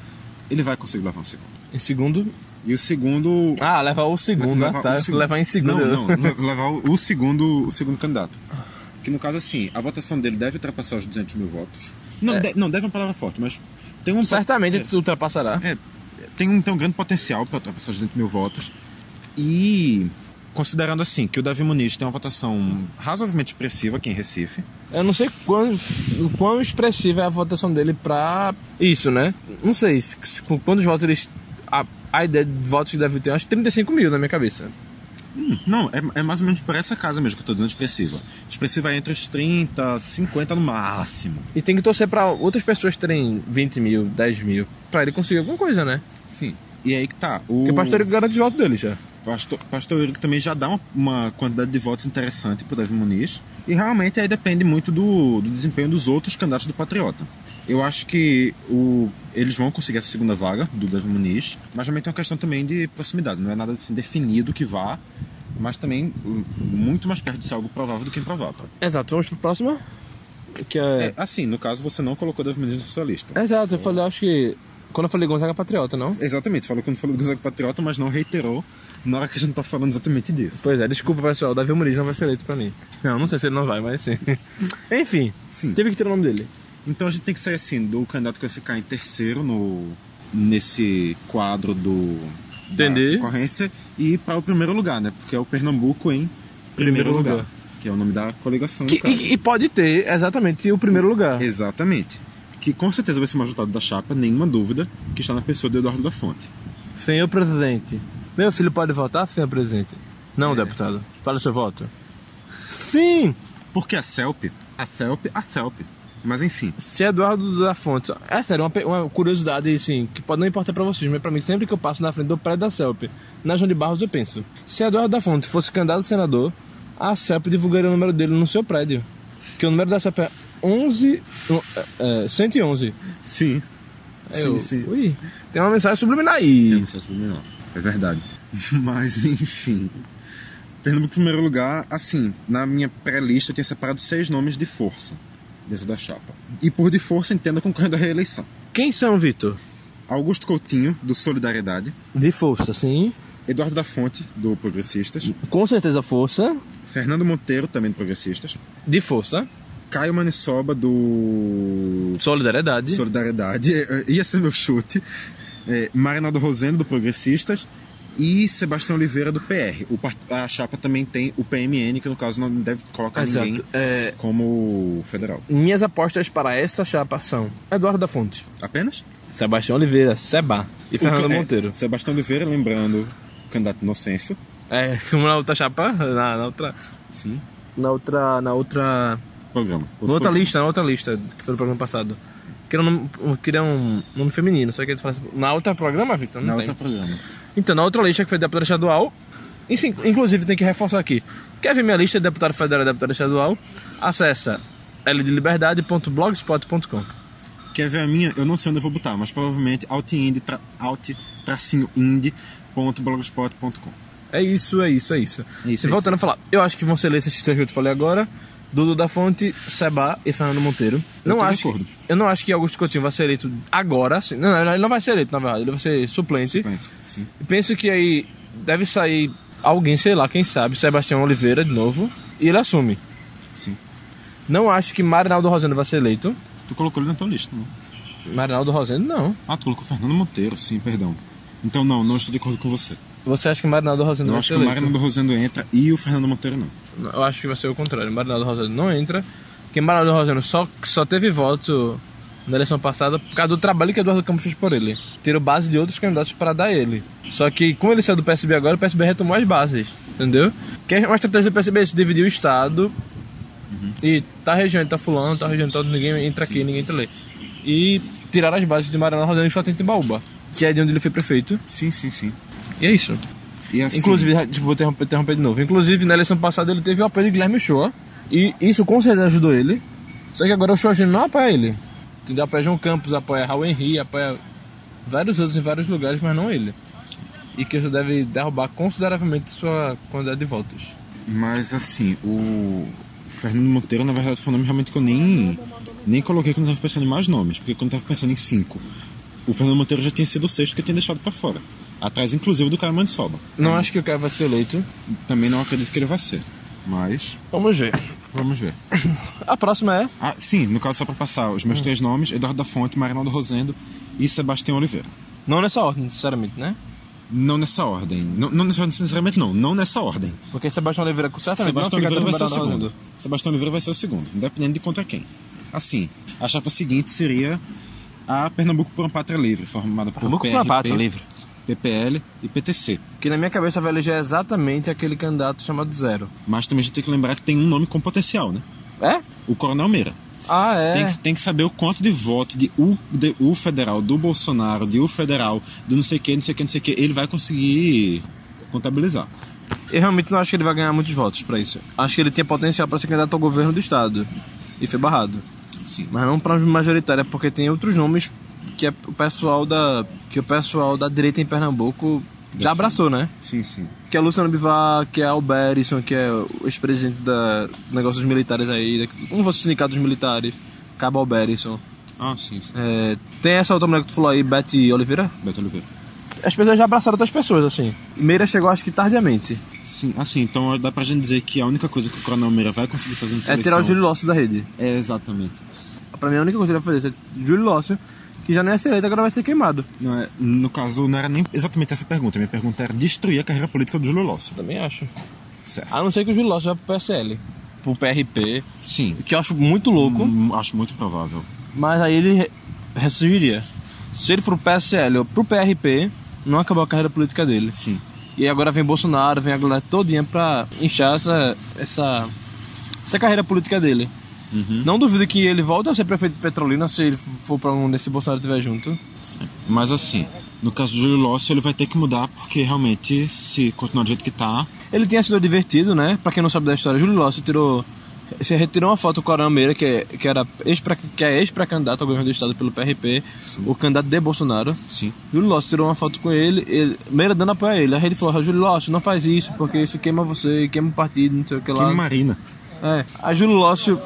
Speaker 1: ele vai conseguir levar um segundo.
Speaker 2: Em segundo.
Speaker 1: E o segundo.
Speaker 2: Ah, levar o segundo,
Speaker 1: levar
Speaker 2: né? tá?
Speaker 1: o segundo.
Speaker 2: Levar em segundo.
Speaker 1: Não, não, le- levar o o segundo, o segundo candidato. Que no caso, assim, a votação dele deve ultrapassar os 200 mil votos. Não,
Speaker 2: É.
Speaker 1: de- não, deve é uma palavra forte, mas tem um.
Speaker 2: Certamente
Speaker 1: É,
Speaker 2: tu ultrapassará.
Speaker 1: é, tem, um, tem um grande potencial para ultrapassar os 200 mil votos. E considerando assim que o Davi Muniz tem uma votação razoavelmente expressiva aqui em Recife,
Speaker 2: Eu não sei quão, o quão expressiva é a votação dele pra isso, né? Não sei se- se- com quantos votos eles. A, a ideia de votos que deve ter, eu acho 35 mil na minha cabeça.
Speaker 1: Não, é, é mais ou menos por essa casa mesmo que eu tô dizendo expressiva. Expressiva é entre os 30, 50 no máximo.
Speaker 2: E tem que torcer pra outras pessoas terem 20 mil, 10 mil, pra ele conseguir alguma coisa, né?
Speaker 1: Sim. E aí que tá. O
Speaker 2: Porque o pastor garante os votos dele já.
Speaker 1: Pastor, pastor Eurico também já dá uma, uma quantidade de votos interessante pro Davi Muniz. E realmente aí depende muito do, do desempenho dos outros candidatos do Patriota. Eu acho que o, eles vão conseguir essa segunda vaga do Davi Muniz, mas também tem uma questão também de proximidade. Não é nada assim definido que vá, mas também hum, muito mais perto de ser algo provável do que improvável.
Speaker 2: Exato, vamos pro próximo? Que é...
Speaker 1: É, assim, no caso você não colocou Davi Muniz na sua lista.
Speaker 2: Exato, eu falei, acho que. Quando eu falei Gonzaga é Patriota, não?
Speaker 1: Exatamente, falou quando falou do Gonzaga Patriota, mas não reiterou na hora que a gente tá falando exatamente disso.
Speaker 2: Pois é, desculpa pessoal, o Davi Muniz não vai ser eleito pra mim. Não, não sei se ele não vai, mas sim. Enfim,
Speaker 1: Sim.
Speaker 2: teve que ter o nome dele.
Speaker 1: Então a gente tem que sair assim do candidato que vai ficar em terceiro no, nesse quadro do
Speaker 2: Entendi.
Speaker 1: da concorrência e para o primeiro lugar, né? Porque é o Pernambuco em primeiro,
Speaker 2: Primeiro
Speaker 1: lugar,
Speaker 2: lugar.
Speaker 1: que é o nome da coligação. no
Speaker 2: Que-
Speaker 1: caso.
Speaker 2: e, e pode ter exatamente o primeiro lugar.
Speaker 1: Exatamente. Que com certeza vai ser o mais votado da chapa, nenhuma dúvida, que está na pessoa de Eduardo da Fonte.
Speaker 2: Senhor presidente. Meu filho pode votar, senhor presidente? Não, deputado. Fala o seu voto. Sim!
Speaker 1: Porque a CELP, a CELP, a CELP. Mas enfim,
Speaker 2: Se Eduardo da Fonte. É sério, uma, pe- uma curiosidade, assim, que pode não importar pra vocês, mas pra mim, sempre que eu passo na frente do prédio da CELP, na João de Barros, eu penso: se Eduardo da Fonte fosse candidato a senador, a CELP divulgaria o número dele no seu prédio. Que o número da CELP é 11. um, é, é, 111.
Speaker 1: sim.
Speaker 2: Aí eu, Ui, tem uma mensagem subliminar aí.
Speaker 1: Tem um senso subliminal. É verdade. Mas, enfim. Pernambuco em primeiro lugar, assim, na minha pré-lista eu tinha separado seis nomes de força dentro da chapa. E por de força entenda concorrendo à reeleição.
Speaker 2: Quem são, Vitor?
Speaker 1: Augusto Coutinho, do Solidariedade.
Speaker 2: De força, sim.
Speaker 1: Eduardo da Fonte, do Progressistas.
Speaker 2: Com certeza, força.
Speaker 1: Fernando Monteiro, também do Progressistas.
Speaker 2: De força.
Speaker 1: Caio Manissoba, do
Speaker 2: Solidariedade.
Speaker 1: Solidariedade. É, é, Ia ser meu chute. É, Marinaldo Rosendo, do Progressistas. E Sebastião Oliveira, do PR. O par- a chapa também tem o PMN, que no caso não deve colocar ninguém
Speaker 2: Exato. É,
Speaker 1: como federal.
Speaker 2: minhas apostas para esta chapa são Eduardo da Fonte,
Speaker 1: Apenas?
Speaker 2: Sebastião Oliveira, Seba e Fernando
Speaker 1: O ca- é,
Speaker 2: Monteiro.
Speaker 1: Sebastião Oliveira, lembrando, candidato inocêncio.
Speaker 2: É, como na outra chapa, na, na outra.
Speaker 1: Sim.
Speaker 2: Na outra. Na outra.
Speaker 1: Programa.
Speaker 2: Na outra
Speaker 1: programa.
Speaker 2: lista, na outra lista, que foi no programa passado. Queria um nome, um- queria um nome feminino, só que eles fazem. Na outra programa, Victor? Não
Speaker 1: Na
Speaker 2: tem.
Speaker 1: outra programa.
Speaker 2: Então, na outra lista que foi deputado estadual, e sim, inclusive tem que reforçar aqui. Quer ver minha lista de deputado federal e deputado estadual? Acessa ldliberdade.blogspot.com.
Speaker 1: Quer ver a minha? Eu não sei onde eu vou botar, mas provavelmente alt-ind, tra, alt-ind.blogspot.com.
Speaker 2: É isso, é isso, é isso.
Speaker 1: É isso,
Speaker 2: e
Speaker 1: é
Speaker 2: voltando a falar, eu acho que vão ser ler esses três que eu te falei agora. Dudu da Fonte, Seba e Fernando Monteiro.
Speaker 1: Eu
Speaker 2: não
Speaker 1: tô de
Speaker 2: acho,
Speaker 1: acordo.
Speaker 2: eu não acho que Augusto Coutinho vai ser eleito agora. assim, Não, não, ele não vai ser eleito, na verdade. Ele vai ser suplente.
Speaker 1: Sim.
Speaker 2: Penso que aí deve sair alguém, sei lá, quem sabe, Sebastião Oliveira de novo. E ele assume.
Speaker 1: Sim.
Speaker 2: Não acho que Marinaldo Rosendo vai ser eleito.
Speaker 1: Tu colocou ele na tua lista, não?
Speaker 2: Marinaldo Rosendo, não.
Speaker 1: Ah, tu colocou Fernando Monteiro, sim, perdão. Então não, não estou de acordo com você.
Speaker 2: Você acha que Marinaldo Rosendo
Speaker 1: Eu
Speaker 2: vai
Speaker 1: acho
Speaker 2: ser
Speaker 1: que o
Speaker 2: eleito?
Speaker 1: Magno do Rosendo entra e o Fernando Monteiro não.
Speaker 2: Eu acho que vai ser o contrário. Marinaldo Rosendo não entra. Porque Marinaldo Rosendo só, só teve voto na eleição passada por causa do trabalho que Eduardo Campos fez por ele. Tirou base de outros candidatos para dar ele. Só que, como ele saiu do PSB agora, o PSB retomou as bases. Entendeu? Que é uma estratégia do PSB é isso, dividir o Estado. E tá região, tá fulano, tá região, tá ninguém entra aqui, ninguém entra ali. E tiraram as bases de Maranhão Rosendo e só tem Timbaúba. Que é de onde ele foi prefeito.
Speaker 1: Sim, sim, sim.
Speaker 2: E é isso.
Speaker 1: E assim,
Speaker 2: Inclusive, tipo, vou interromper, interromper de novo. Inclusive, na eleição passada ele teve o apoio de Guilherme Shoa. E isso com certeza ajudou ele. Só que agora o Shoa não apoia ele. Entendeu? Apoia João Campos, apoia Raul Henry, apoia vários outros em vários lugares, mas não ele. E que isso deve derrubar consideravelmente sua quantidade de votos.
Speaker 1: mas assim, o Fernando Monteiro, na verdade, foi um nome realmente que eu nem, nem coloquei quando eu tava pensando em mais nomes, porque quando eu tava pensando em cinco, o Fernando Monteiro já tinha sido o sexto que eu tinha deixado pra fora. Atrás, inclusive, do Caio Mansoba.
Speaker 2: Não acho que o cara vai ser eleito.
Speaker 1: Também não acredito que ele vai ser. Mas
Speaker 2: Vamos ver.
Speaker 1: vamos ver.
Speaker 2: A próxima é.
Speaker 1: Ah, sim, no caso, só para passar, os meus três nomes: Eduardo da Fonte, Marinaldo Rosendo e Sebastião Oliveira.
Speaker 2: Não nessa ordem, sinceramente, né?
Speaker 1: Não nessa ordem. Não, não nessa ordem, sinceramente, não. Não nessa ordem.
Speaker 2: Porque Sebastião Oliveira com certamente
Speaker 1: Sebastião
Speaker 2: não fica
Speaker 1: Oliveira vai ser o
Speaker 2: tão
Speaker 1: segundo. Sebastião Oliveira vai ser o segundo, independente de contra quem. Assim, a chapa seguinte seria a Pernambuco por uma Pátria Livre, formada por
Speaker 2: Pernambuco por uma
Speaker 1: PRP,
Speaker 2: Pátria Livre.
Speaker 1: PPL e PTC.
Speaker 2: Que na minha cabeça vai eleger exatamente aquele candidato chamado Zero.
Speaker 1: Mas também a gente tem que lembrar que tem um nome com potencial, né?
Speaker 2: É?
Speaker 1: O Coronel Meira.
Speaker 2: Ah, é.
Speaker 1: Tem, que, tem que saber o quanto de voto de U, de U federal, do Bolsonaro, de U federal, do não sei o que, não sei o que, não sei o que, ele vai conseguir contabilizar.
Speaker 2: Eu realmente não acho que ele vai ganhar muitos votos pra isso. Acho que ele tinha potencial pra ser candidato ao governo do estado. E foi barrado.
Speaker 1: Sim.
Speaker 2: Mas não pra majoritária, porque tem outros nomes que é o pessoal da. que o pessoal da direita em Pernambuco já abraçou, né?
Speaker 1: Sim, sim.
Speaker 2: Que é Luciano Bivar, que é Alberison, que é o ex-presidente da negócios militares aí, da- um dos sindicatos militares, Cabo Alberison.
Speaker 1: Ah, sim. sim.
Speaker 2: É, tem essa outra mulher que tu falou aí, Betty Oliveira?
Speaker 1: Beto Oliveira.
Speaker 2: As pessoas já abraçaram outras pessoas, assim. Meira chegou acho que tardiamente.
Speaker 1: Sim, assim, então dá pra gente dizer que a única coisa que o Coronel Meira vai conseguir fazer nessa
Speaker 2: É tirar
Speaker 1: eleição...
Speaker 2: o Júlio Lócio da rede.
Speaker 1: É, exatamente.
Speaker 2: Pra mim a única coisa que ele vai fazer é Júlio Lócio, que já não é ia ser eleito, então agora vai ser queimado.
Speaker 1: Não é- no caso, não era nem exatamente essa a pergunta. Minha pergunta era destruir a carreira política do Júlio Lócio.
Speaker 2: Também acho.
Speaker 1: Certo.
Speaker 2: A não ser que o Júlio Lócio vá pro PSL. Pro PRP.
Speaker 1: Sim.
Speaker 2: Que eu acho muito louco.
Speaker 1: Hum, Acho muito provável.
Speaker 2: Mas aí ele re- ressurgiria. Se ele for pro PSL ou pro PRP, não acabou a carreira política dele.
Speaker 1: Sim.
Speaker 2: E aí agora vem Bolsonaro, vem a galera todinha pra inchar essa, essa, essa carreira política dele. Não duvido que ele volte a ser prefeito de Petrolina se ele for pra onde esse Bolsonaro estiver junto.
Speaker 1: Mas assim, no caso do Júlio Lócio, ele vai ter que mudar, porque realmente, se continuar do jeito que tá,
Speaker 2: Ele tinha sido divertido, né? Pra quem não sabe da história, Júlio Lócio tirou. Você retirou uma foto do Coronel Meira, que, é- que, era ex que é ex-pré-candidato ao governo do estado pelo PRP, o candidato de Bolsonaro.
Speaker 1: sim.
Speaker 2: Júlio Lócio tirou uma foto com ele, ele Meira dando apoio a ele. Aí ele falou: "Ah, Júlio Lócio, não faz isso, porque isso queima você, queima o partido, não sei o que lá.
Speaker 1: Que Marina.
Speaker 2: É, a Júlio Lócio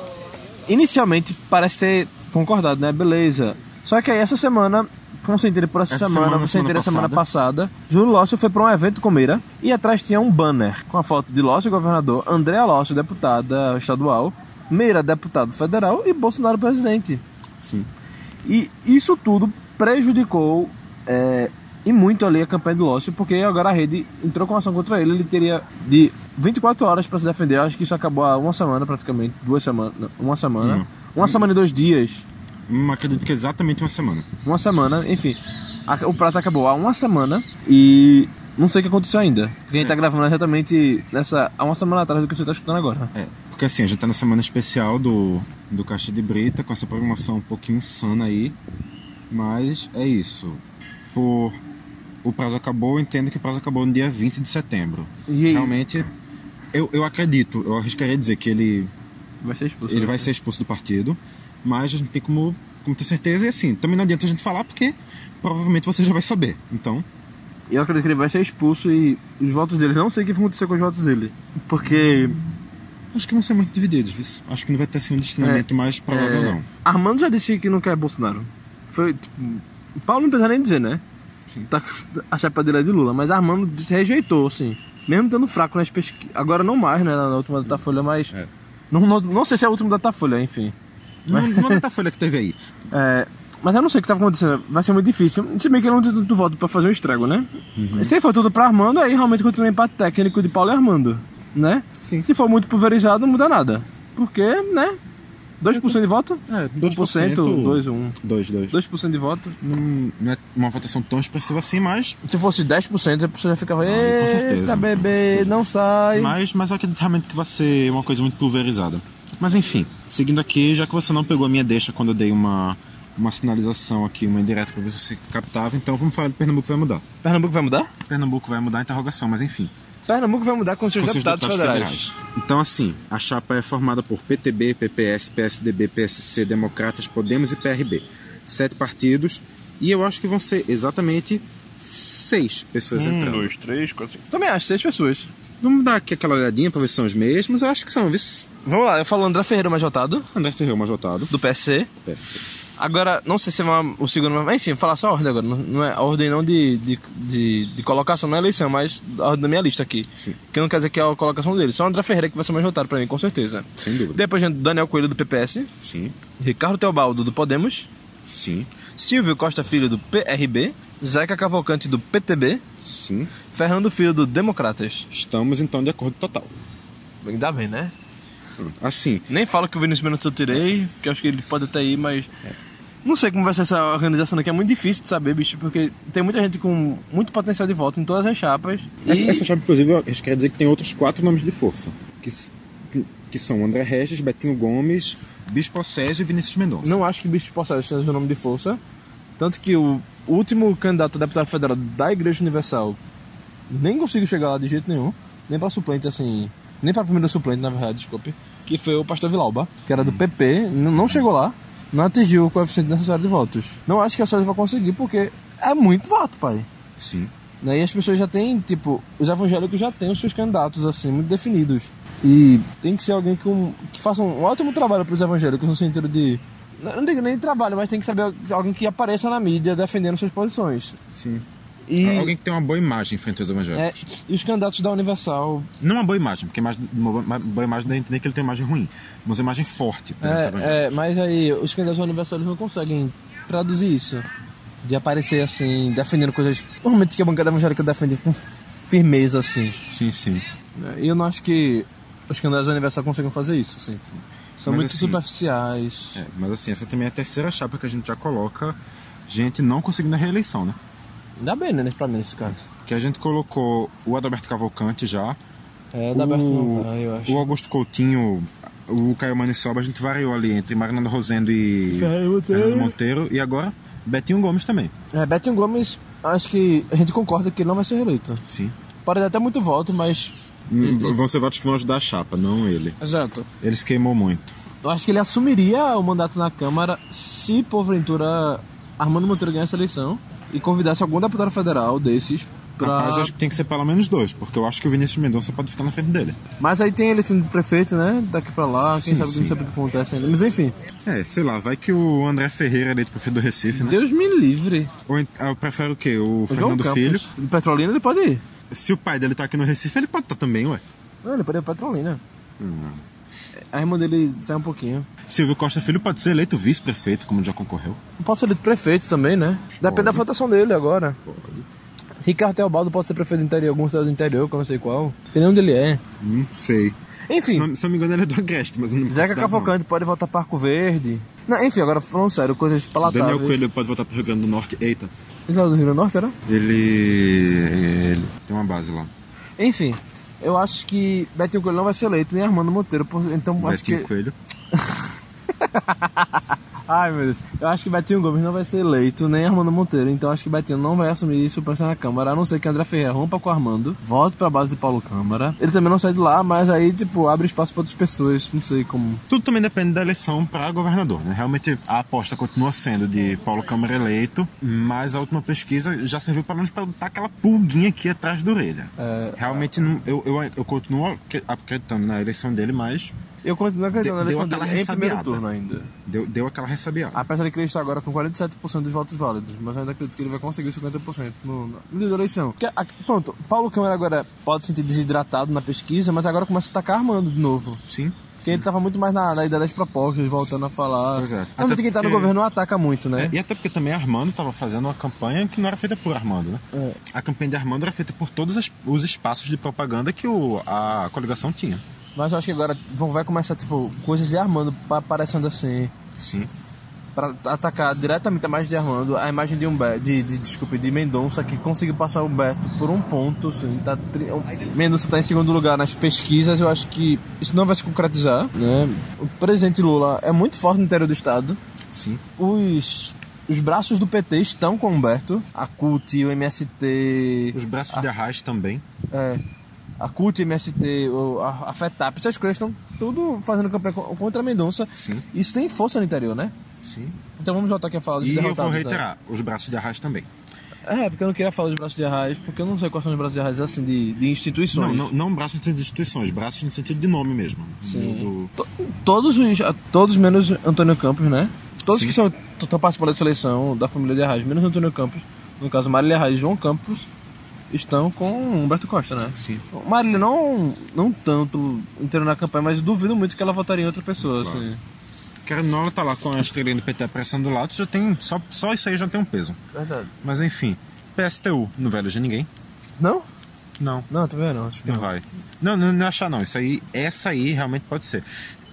Speaker 2: inicialmente parece ter concordado, né? Beleza. Só que aí essa semana, como você entende por essa,
Speaker 1: Essa
Speaker 2: semana,
Speaker 1: semana,
Speaker 2: você entende a
Speaker 1: semana
Speaker 2: semana passada, Júlio Lócio foi para um evento com Meira e atrás tinha um banner com a foto de Lócio, governador, Andréa Lócio, deputada estadual, Meira, deputado federal e Bolsonaro, presidente.
Speaker 1: Sim.
Speaker 2: E isso tudo prejudicou é, e muito ali a campanha do Lócio, porque agora a rede entrou com ação contra ele. Ele teria de 24 horas para se defender. Eu acho que isso acabou há uma semana praticamente, duas semanas, não, uma semana.
Speaker 1: Hum.
Speaker 2: Uma semana e dois dias.
Speaker 1: Hum, Acredito que é exatamente uma semana.
Speaker 2: Uma semana, enfim. A- O prazo acabou há uma semana e não sei o que aconteceu ainda. Porque a gente tá gravando exatamente nessa, há uma semana atrás do que você tá escutando agora.
Speaker 1: É, porque assim, a gente tá na semana especial do, do Caixa de Brita, com essa programação um pouquinho insana aí. Mas é isso. Por, o prazo acabou, eu entendo que o prazo acabou no dia 20 de setembro.
Speaker 2: E aí?
Speaker 1: Realmente, eu, eu acredito, eu arriscaria dizer que ele,
Speaker 2: Vai ser expulso. né?
Speaker 1: ele vai ser expulso do partido, mas a gente tem como, como ter certeza, e assim, também não adianta a gente falar porque provavelmente você já vai saber. Então,
Speaker 2: Eu acredito que ele vai ser expulso e os votos dele, não sei o que aconteceu com os votos dele. Porque
Speaker 1: acho que vão ser muito divididos, viu? acho que não vai ter assim um destinamento mais provável,
Speaker 2: É,
Speaker 1: não.
Speaker 2: Armando já disse que não quer Bolsonaro. Foi, tipo, Paulo não precisa nem dizer, né?
Speaker 1: Sim.
Speaker 2: Tá, a chapa dele é de Lula, mas Armando disse- rejeitou, assim. Mesmo estando fraco nas pesquisas. Agora não mais, né? Na última Datafolha, mas.
Speaker 1: É.
Speaker 2: Não, não, não sei se é a última Datafolha, enfim.
Speaker 1: Não, não é da folha que teve aí.
Speaker 2: É, mas eu não sei o que tava acontecendo. Vai ser muito difícil. Se bem que ele não tem tanto voto pra fazer um estrago, né?
Speaker 1: Uhum.
Speaker 2: Se for tudo pra Armando, aí realmente continua o empate técnico de Paulo e Armando, né?
Speaker 1: Sim.
Speaker 2: Se for muito pulverizado, não muda nada. Porque, né? 2% de voto? Um
Speaker 1: É,
Speaker 2: 2%, 2 1.
Speaker 1: 2, 2.
Speaker 2: 2% de voto.
Speaker 1: Não, não é uma votação tão expressiva assim, mas,
Speaker 2: Se fosse 10%, a pessoa já ficava.
Speaker 1: Ah, com certeza,
Speaker 2: Eita,
Speaker 1: com
Speaker 2: bebê, não sai.
Speaker 1: mas, mas eu acredito realmente que vai ser uma coisa muito pulverizada. Mas enfim, seguindo aqui, já que você não pegou a minha deixa quando eu dei uma, uma sinalização aqui, uma indireta pra ver se você captava, então vamos falar do Pernambuco vai mudar.
Speaker 2: Pernambuco vai mudar?
Speaker 1: Pernambuco vai mudar a interrogação, mas enfim.
Speaker 2: Pernambuco vai mudar com seus
Speaker 1: com seus
Speaker 2: deputados, federais.
Speaker 1: Então, assim, a chapa é formada por PTB, PPS, PSDB, PSC, Democratas, Podemos e PRB. Sete partidos. E eu acho que vão ser exatamente seis pessoas
Speaker 2: Hum. Um,
Speaker 1: entrando.
Speaker 2: Também acho, seis pessoas.
Speaker 1: Vamos dar aqui aquela olhadinha pra ver se são os mesmos. Eu acho que são. Vê se
Speaker 2: Vamos lá, eu falo André Ferreira mais votado,
Speaker 1: André Ferreira mais votado. É,
Speaker 2: do PSC.
Speaker 1: PS.
Speaker 2: Agora, não sei se é uma- o segundo, mas enfim, vou falar só a ordem agora. Não, não é a ordem não de, de, de, de colocação na eleição, mas a ordem da minha lista aqui.
Speaker 1: Sim.
Speaker 2: Que não quer dizer que é a colocação dele. Só o André Ferreira que vai ser o mais votado pra mim, com certeza.
Speaker 1: Sem dúvida.
Speaker 2: Depois, gente, Daniel Coelho do PPS,
Speaker 1: Sim,
Speaker 2: Ricardo Teobaldo do Podemos,
Speaker 1: sim,
Speaker 2: Silvio Costa Filho do PRB, Zeca Cavalcante do PTB,
Speaker 1: sim.
Speaker 2: Fernando Filho do Democratas.
Speaker 1: Estamos então de acordo total.
Speaker 2: Ainda bem, né?
Speaker 1: Assim,
Speaker 2: Nem falo que o Vinícius Mendes eu tirei, porque eu acho que ele pode até ir, mas. Não sei como vai ser essa organização daqui, é muito difícil de saber, bicho, porque tem muita gente com muito potencial de voto em todas as chapas. E...
Speaker 1: essa, essa chave, inclusive, eu acho que quer dizer que tem outros quatro nomes de força. Que, s- que, que são André Regis, Betinho Gomes, Bispo Césio e Vinícius Mendonça.
Speaker 2: Não acho que bicho possa ser o nome de força. Tanto que o último candidato a deputado federal da Igreja Universal nem conseguiu chegar lá de jeito nenhum. Nem pra suplente, assim. Nem pra primeira suplente, na verdade, desculpe. Que foi o pastor Vilauba, que era do PP, n- não chegou lá, não atingiu o coeficiente necessário de votos. Não acho que a Sérgio vai conseguir, porque é muito voto, pai.
Speaker 1: Sim.
Speaker 2: Né? E as pessoas já têm, tipo, os evangélicos já têm os seus candidatos, assim, muito definidos. E tem que ser alguém com, que faça um ótimo trabalho para os evangélicos, no sentido de. Não digo nem trabalho, mas tem que saber alguém que apareça na mídia defendendo suas posições.
Speaker 1: Sim.
Speaker 2: E,
Speaker 1: Ah, Alguém que tem uma boa imagem frente aos evangélicos.
Speaker 2: é, e os candidatos da Universal.
Speaker 1: Não uma boa imagem, porque imagem, uma boa- uma boa imagem não é nem que ele tem uma imagem ruim, mas uma imagem forte. perante os evangélicos.
Speaker 2: É, é, mas aí, os candidatos da Universal eles não conseguem traduzir isso. De aparecer assim, defendendo coisas. Normalmente que a bancada evangélica defende com firmeza, assim.
Speaker 1: Sim, sim.
Speaker 2: né? E eu não acho que os candidatos do aniversário conseguem fazer isso, assim. São
Speaker 1: Mas
Speaker 2: muito
Speaker 1: assim,
Speaker 2: superficiais.
Speaker 1: É, mas assim, essa também é a terceira chapa que a gente já coloca gente não conseguindo a reeleição, né?
Speaker 2: Ainda bem, né, pra mim, nesse caso.
Speaker 1: Que a gente colocou o Adalberto Cavalcante já,
Speaker 2: É, da Berto não vai, eu acho.
Speaker 1: o Augusto Coutinho, o Caio Manissoba, a gente variou ali entre Marinando Rosendo e
Speaker 2: Fernando Monteiro.
Speaker 1: Fernando Monteiro, e agora Betinho Gomes também.
Speaker 2: É, Betinho Gomes, acho que a gente concorda que ele não vai ser reeleito.
Speaker 1: Sim.
Speaker 2: Pode dar até muito voto, mas...
Speaker 1: Vão ser votos que vão ajudar a chapa, não ele.
Speaker 2: Exato.
Speaker 1: Ele se queimou muito.
Speaker 2: Eu acho que ele assumiria o mandato na Câmara se, porventura, Armando Monteiro ganhasse a eleição e convidasse algum deputado federal desses pra...
Speaker 1: Rapaz, eu acho que tem que ser pelo menos dois, porque eu acho que o Vinícius Mendonça pode ficar na frente dele.
Speaker 2: Mas aí tem a eleição do prefeito, né, daqui pra lá, quem
Speaker 1: Sim,
Speaker 2: sabe,
Speaker 1: sim.
Speaker 2: não sabe o que acontece ainda. Mas enfim,
Speaker 1: É, sei lá, vai que o André Ferreira é eleito prefeito do Recife, né?
Speaker 2: Deus me livre.
Speaker 1: Ou ent- ah, eu prefiro o quê? O
Speaker 2: O João
Speaker 1: Fernando
Speaker 2: Campos,
Speaker 1: Filho.
Speaker 2: do Petrolina, ele pode ir.
Speaker 1: Se o pai dele tá aqui no Recife, ele pode estar também, ué.
Speaker 2: Não, ele pode ir pro Petrolina. Hum. A irmã dele sai um pouquinho.
Speaker 1: Silvio Costa Filho pode ser eleito vice-prefeito, como já concorreu.
Speaker 2: Pode ser eleito prefeito também, né? Depende
Speaker 1: Pode.
Speaker 2: da votação dele agora. Ricardo Teobaldo pode ser prefeito do interior, algum estado do interior, que eu não sei qual. Não sei nem onde ele é.
Speaker 1: Não sei. Se
Speaker 2: Enfim,
Speaker 1: não, se não me engano, ele é do Agreste, mas eu não posso
Speaker 2: Zeca
Speaker 1: dar,
Speaker 2: Cavalcante pode votar Parco Verde. Não, enfim, agora falando sério, coisas
Speaker 1: não.
Speaker 2: palatáveis.
Speaker 1: Daniel Coelho pode voltar pro Rio Grande do Norte. Eita.
Speaker 2: Ele era do Rio Grande do Norte, né? era?
Speaker 1: Ele... ele tem uma base lá.
Speaker 2: Enfim, eu acho que Betinho Coelho não vai ser eleito, nem Armando Monteiro. por- Então acho
Speaker 1: Betinho
Speaker 2: que...
Speaker 1: Coelho.
Speaker 2: Ai, meu Deus. Eu acho que Betinho Gomes não vai ser eleito, nem Armando Monteiro. Então acho que Betinho não vai assumir suplência na Câmara. A não ser que André Ferreira rompa com o Armando, volte pra base de Paulo Câmara. Ele também não sai de lá, mas aí, tipo, abre espaço pra outras pessoas. Não sei como.
Speaker 1: Tudo também depende da eleição para governador, né? Realmente a aposta continua sendo de Paulo Câmara eleito, mas a última pesquisa já serviu pelo menos para botar aquela pulguinha aqui atrás da orelha.
Speaker 2: É,
Speaker 1: Realmente não- eu, eu, eu continuo acre- acreditando na eleição dele, mas
Speaker 2: Eu continuo acreditando na
Speaker 1: Deu-
Speaker 2: eleição
Speaker 1: deu aquela
Speaker 2: dele em primeiro
Speaker 1: ressabiada.
Speaker 2: turno ainda.
Speaker 1: deu, deu aquela ressabiada.
Speaker 2: Apesar de que ele está agora com 47% dos votos válidos, mas eu ainda acredito que ele vai conseguir os 50% no, no no dia da eleição. Porque, a- pronto, Paulo Câmara agora pode se sentir desidratado na pesquisa, mas agora começa a atacar Armando de novo.
Speaker 1: Sim.
Speaker 2: Porque ele tava muito mais na, na ideia das propostas, voltando a falar.
Speaker 1: Pois é.
Speaker 2: Não,
Speaker 1: Até
Speaker 2: quem tá no
Speaker 1: porque-
Speaker 2: governo não ataca muito, né?
Speaker 1: É, E até porque também Armando estava fazendo uma campanha que não era feita por Armando, né?
Speaker 2: É.
Speaker 1: A campanha de Armando era feita por todos as- os espaços de propaganda que o- a coligação tinha.
Speaker 2: Mas eu acho que agora vão, vai começar, tipo, coisas de Armando pa- aparecendo assim.
Speaker 1: Sim.
Speaker 2: Pra atacar diretamente a imagem de Armando, a imagem de Humberto, de, de, desculpa, de Mendonça, que conseguiu passar o Humberto por um ponto. Assim, tá tri... o Mendonça tá em segundo lugar nas pesquisas, eu acho que isso não vai se concretizar, né? O presidente Lula é muito forte no interior do estado.
Speaker 1: Sim.
Speaker 2: Os, os braços do PT estão com o Humberto, a CUT, o MST,
Speaker 1: Os braços de Arras também.
Speaker 2: É. A CUT, MST, o- a, a FETAP, essas coisas estão tudo fazendo campanha co- contra a Mendonça.
Speaker 1: Sim.
Speaker 2: Isso tem força no interior, né?
Speaker 1: Sim.
Speaker 2: Então vamos voltar aqui a falar dos
Speaker 1: E eu
Speaker 2: derrotados.
Speaker 1: vou
Speaker 2: né?
Speaker 1: reiterar, os braços de Arras também.
Speaker 2: É, porque eu não queria falar dos braços de arraiz, porque eu não sei quais são os braços de arraiz, assim, de, de instituições.
Speaker 1: Não, não, não braços no sentido de instituições, braços no sentido de nome mesmo.
Speaker 2: Sim.
Speaker 1: Do-
Speaker 2: To- Todos os. Todos menos Antônio Campos, né? Todos
Speaker 1: Sim.
Speaker 2: que são estão participando dessa eleição da família de Arraes, menos Antônio Campos, no caso Marília Arraes e João Campos, estão com Humberto Costa, né?
Speaker 1: Sim.
Speaker 2: Marília não, não tanto entrando na campanha, mas duvido muito que ela votaria em outra pessoa.
Speaker 1: Claro.
Speaker 2: Assim.
Speaker 1: Querendo ou não, ela tá lá com a estrelinha do PT aparecendo do lado, já tem, só, só isso aí já tem um peso.
Speaker 2: Verdade.
Speaker 1: Mas enfim, PSTU, não velho de ninguém?
Speaker 2: Não?
Speaker 1: Não.
Speaker 2: Não, também não. Acho que
Speaker 1: Não vai. Não, não, não achar não. Isso aí, essa aí realmente pode ser.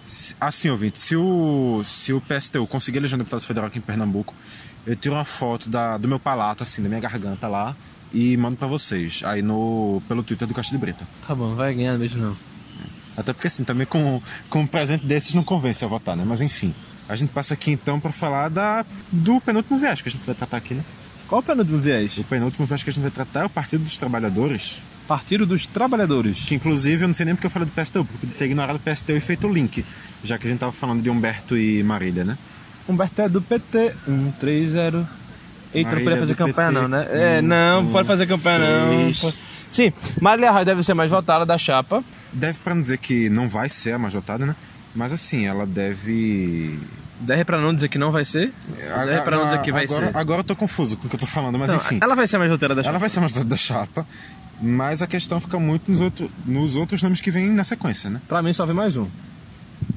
Speaker 1: Se- Assim, ouvinte, se o, se o PSTU conseguir eleger um deputado federal aqui em Pernambuco, eu tiro uma foto da, do meu palato, assim, da minha garganta lá, e mando pra vocês. Aí no, pelo Twitter do Caixa de Brita.
Speaker 2: Tá bom, vai ganhar mesmo não.
Speaker 1: Até porque, assim, também com, com um presente desses não convence a votar, né? Mas enfim. A gente passa aqui então pra falar da, do penúltimo viés que a gente vai tratar aqui, né?
Speaker 2: Qual é o penúltimo viés?
Speaker 1: O penúltimo viés que a gente vai tratar é o Partido dos Trabalhadores,
Speaker 2: Partido dos Trabalhadores.
Speaker 1: que inclusive eu não sei nem porque eu falei do PSTU, porque eu podia ter ignorado o PSTU e feito o link, já que a gente tava falando de Humberto e Marília, né?
Speaker 2: Humberto é do PT. 130. Eita, não
Speaker 1: Marília
Speaker 2: podia
Speaker 1: é
Speaker 2: fazer
Speaker 1: do
Speaker 2: campanha
Speaker 1: PT.
Speaker 2: não, né? É, não, pode fazer campanha não.
Speaker 1: um, três.
Speaker 2: Pode- Sim, Marília Arraes deve ser mais votada da chapa.
Speaker 1: Deve pra não dizer que não vai ser a mais votada, né? Mas assim, ela deve.
Speaker 2: Deve pra não dizer que não vai ser. Deve pra não dizer que vai
Speaker 1: É, agora,
Speaker 2: ser.
Speaker 1: Agora eu tô confuso com o que eu tô falando, mas
Speaker 2: Não,
Speaker 1: enfim.
Speaker 2: Ela vai ser a mais votada da chapa.
Speaker 1: Ela vai ser a mais votada da chapa, mas a questão fica muito nos, outro, nos outros nomes que vêm na sequência, né?
Speaker 2: Pra mim só vem mais um.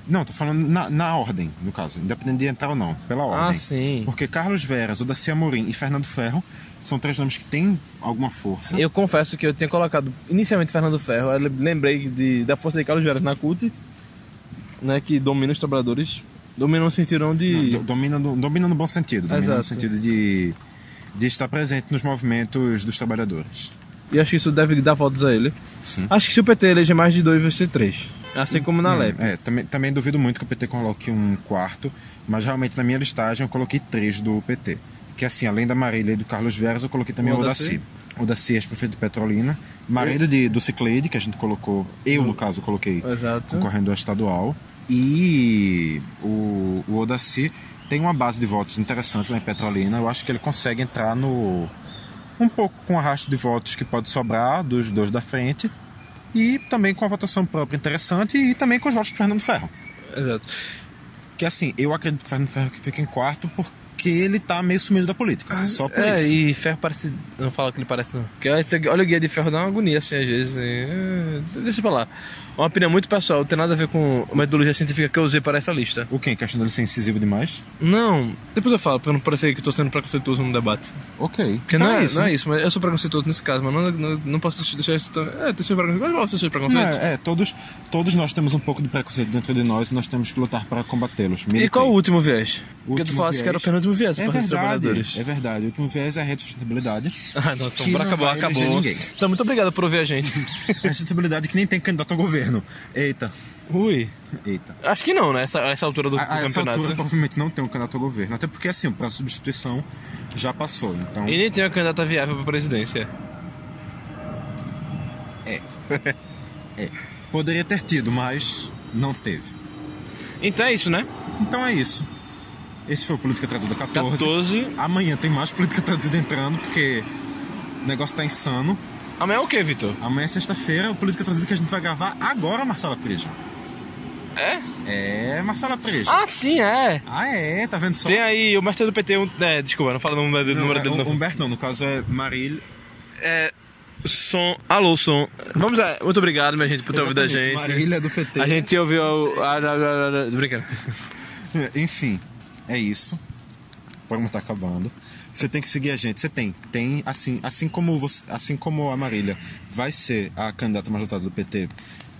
Speaker 1: Não, tô falando na, na ordem, no caso, independente de entrar ou não, pela ordem.
Speaker 2: Ah, sim.
Speaker 1: Porque Carlos Veras, o Dacia Amorim e Fernando Ferro são três nomes que têm alguma força.
Speaker 2: Eu confesso que eu tinha colocado inicialmente Fernando Ferro, eu lembrei de, da força de Carlos Veras na CUT, né, que domina os trabalhadores, domina no sentido onde...
Speaker 1: Do- Domina, no, domina no bom sentido, domina no
Speaker 2: Exato.
Speaker 1: sentido de, de estar presente nos movimentos dos trabalhadores.
Speaker 2: E acho que isso deve dar votos a ele.
Speaker 1: Sim.
Speaker 2: Acho que se o PT eleger mais de dois, vai ser três. Assim como na LEP.
Speaker 1: É, também, também duvido muito que o PT coloque um quarto, mas realmente na minha listagem eu coloquei três do PT. Que assim, além da Marília e do Carlos Veras, eu coloquei também
Speaker 2: O
Speaker 1: o Odaci.
Speaker 2: Odaci?
Speaker 1: O Odaci, ex-prefeito de Petrolina. Marido de, do Cicleide, que a gente colocou, eu no caso coloquei,
Speaker 2: Exato.
Speaker 1: concorrendo à estadual. E o, o Odaci tem uma base de votos interessante lá em Petrolina. Eu acho que ele consegue entrar no. um pouco com o arrasto de votos que pode sobrar dos dois da frente. E também com a votação própria interessante e também com os votos do Fernando Ferro.
Speaker 2: Exato.
Speaker 1: Que assim, eu acredito que o Fernando Ferro fica em quarto porque ele tá meio sumido da política. só por
Speaker 2: É,
Speaker 1: isso.
Speaker 2: e ferro parece. Não fala que ele parece, não. Porque esse- olha o guia de ferro, dá uma agonia assim, às vezes. assim, é, Deixa pra lá. Uma opinião muito pessoal, não tem nada a ver com a metodologia científica que eu usei para essa lista.
Speaker 1: O que? A questão dele ser incisivo demais?
Speaker 2: Não, depois eu falo, pra não parecer que eu tô sendo preconceituoso no debate.
Speaker 1: Ok.
Speaker 2: Porque não, é,
Speaker 1: isso.
Speaker 2: não é isso, mas eu sou preconceituoso nesse caso, mas não, não, não posso deixar- deixar isso. tão- É, tem seu preconceito, mas você seu preconceito.
Speaker 1: Não, é, todos, todos nós temos um pouco de preconceito dentro de nós e nós temos que lutar para combatê-los.
Speaker 2: é. E
Speaker 1: Militei.
Speaker 2: qual o último viés? Porque tu
Speaker 1: último
Speaker 2: falasse que era o
Speaker 1: viés?
Speaker 2: penúltimo viés,
Speaker 1: É
Speaker 2: para os
Speaker 1: verdade,
Speaker 2: trabalhadores.
Speaker 1: é verdade. O último viés é a representabilidade.
Speaker 2: Ah, não, então,
Speaker 1: Que
Speaker 2: bora
Speaker 1: não
Speaker 2: acabou,
Speaker 1: vai eleger
Speaker 2: acabou.
Speaker 1: ninguém.
Speaker 2: Então, muito obrigado por ouvir a gente.
Speaker 1: A representabilidade que nem tem candidato ao governo. Eita,
Speaker 2: Ui.
Speaker 1: eita.
Speaker 2: Acho que não, né? Essa, essa altura do,
Speaker 1: A, a
Speaker 2: do
Speaker 1: essa
Speaker 2: campeonato.
Speaker 1: altura provavelmente não tem um candidato ao governo. Até porque, assim, o prazo de substituição já passou. Então,
Speaker 2: E nem tem uma candidata viável pra presidência.
Speaker 1: é. Poderia ter tido, mas não teve.
Speaker 2: Então é isso, né?
Speaker 1: Então é isso. Esse foi o Política Traduzida
Speaker 2: Tá
Speaker 1: 14.
Speaker 2: 14.
Speaker 1: Amanhã tem mais Política Traduzida entrando, porque o negócio tá insano.
Speaker 2: Amanhã é o quê, Vitor?
Speaker 1: Amanhã é sexta-feira, o Política Traduzida que a gente vai gravar agora, Marcela Preja.
Speaker 2: É?
Speaker 1: É, Marcela Preja.
Speaker 2: Ah, sim, é.
Speaker 1: Ah, é, tá vendo só?
Speaker 2: Tem aí o mestre do PT. Um, é, desculpa, não um fala o número, dele-
Speaker 1: Não,
Speaker 2: número
Speaker 1: é,
Speaker 2: dele.
Speaker 1: Hum-
Speaker 2: Não.
Speaker 1: Humberto não, no caso é Marília.
Speaker 2: É. Som. Alô, som. Vamos lá. Muito obrigado, minha gente, por ter ouvido a
Speaker 1: Exatamente,
Speaker 2: gente.
Speaker 1: Marília do PT.
Speaker 2: A gente ouviu. o- ah, ah, ah, ah, Tô brincando.
Speaker 1: Enfim, é isso. O programa tá acabando. Você tem que seguir a gente. Você tem. Tem, assim, assim como você, assim como a Marília vai ser a candidata mais votada do PT,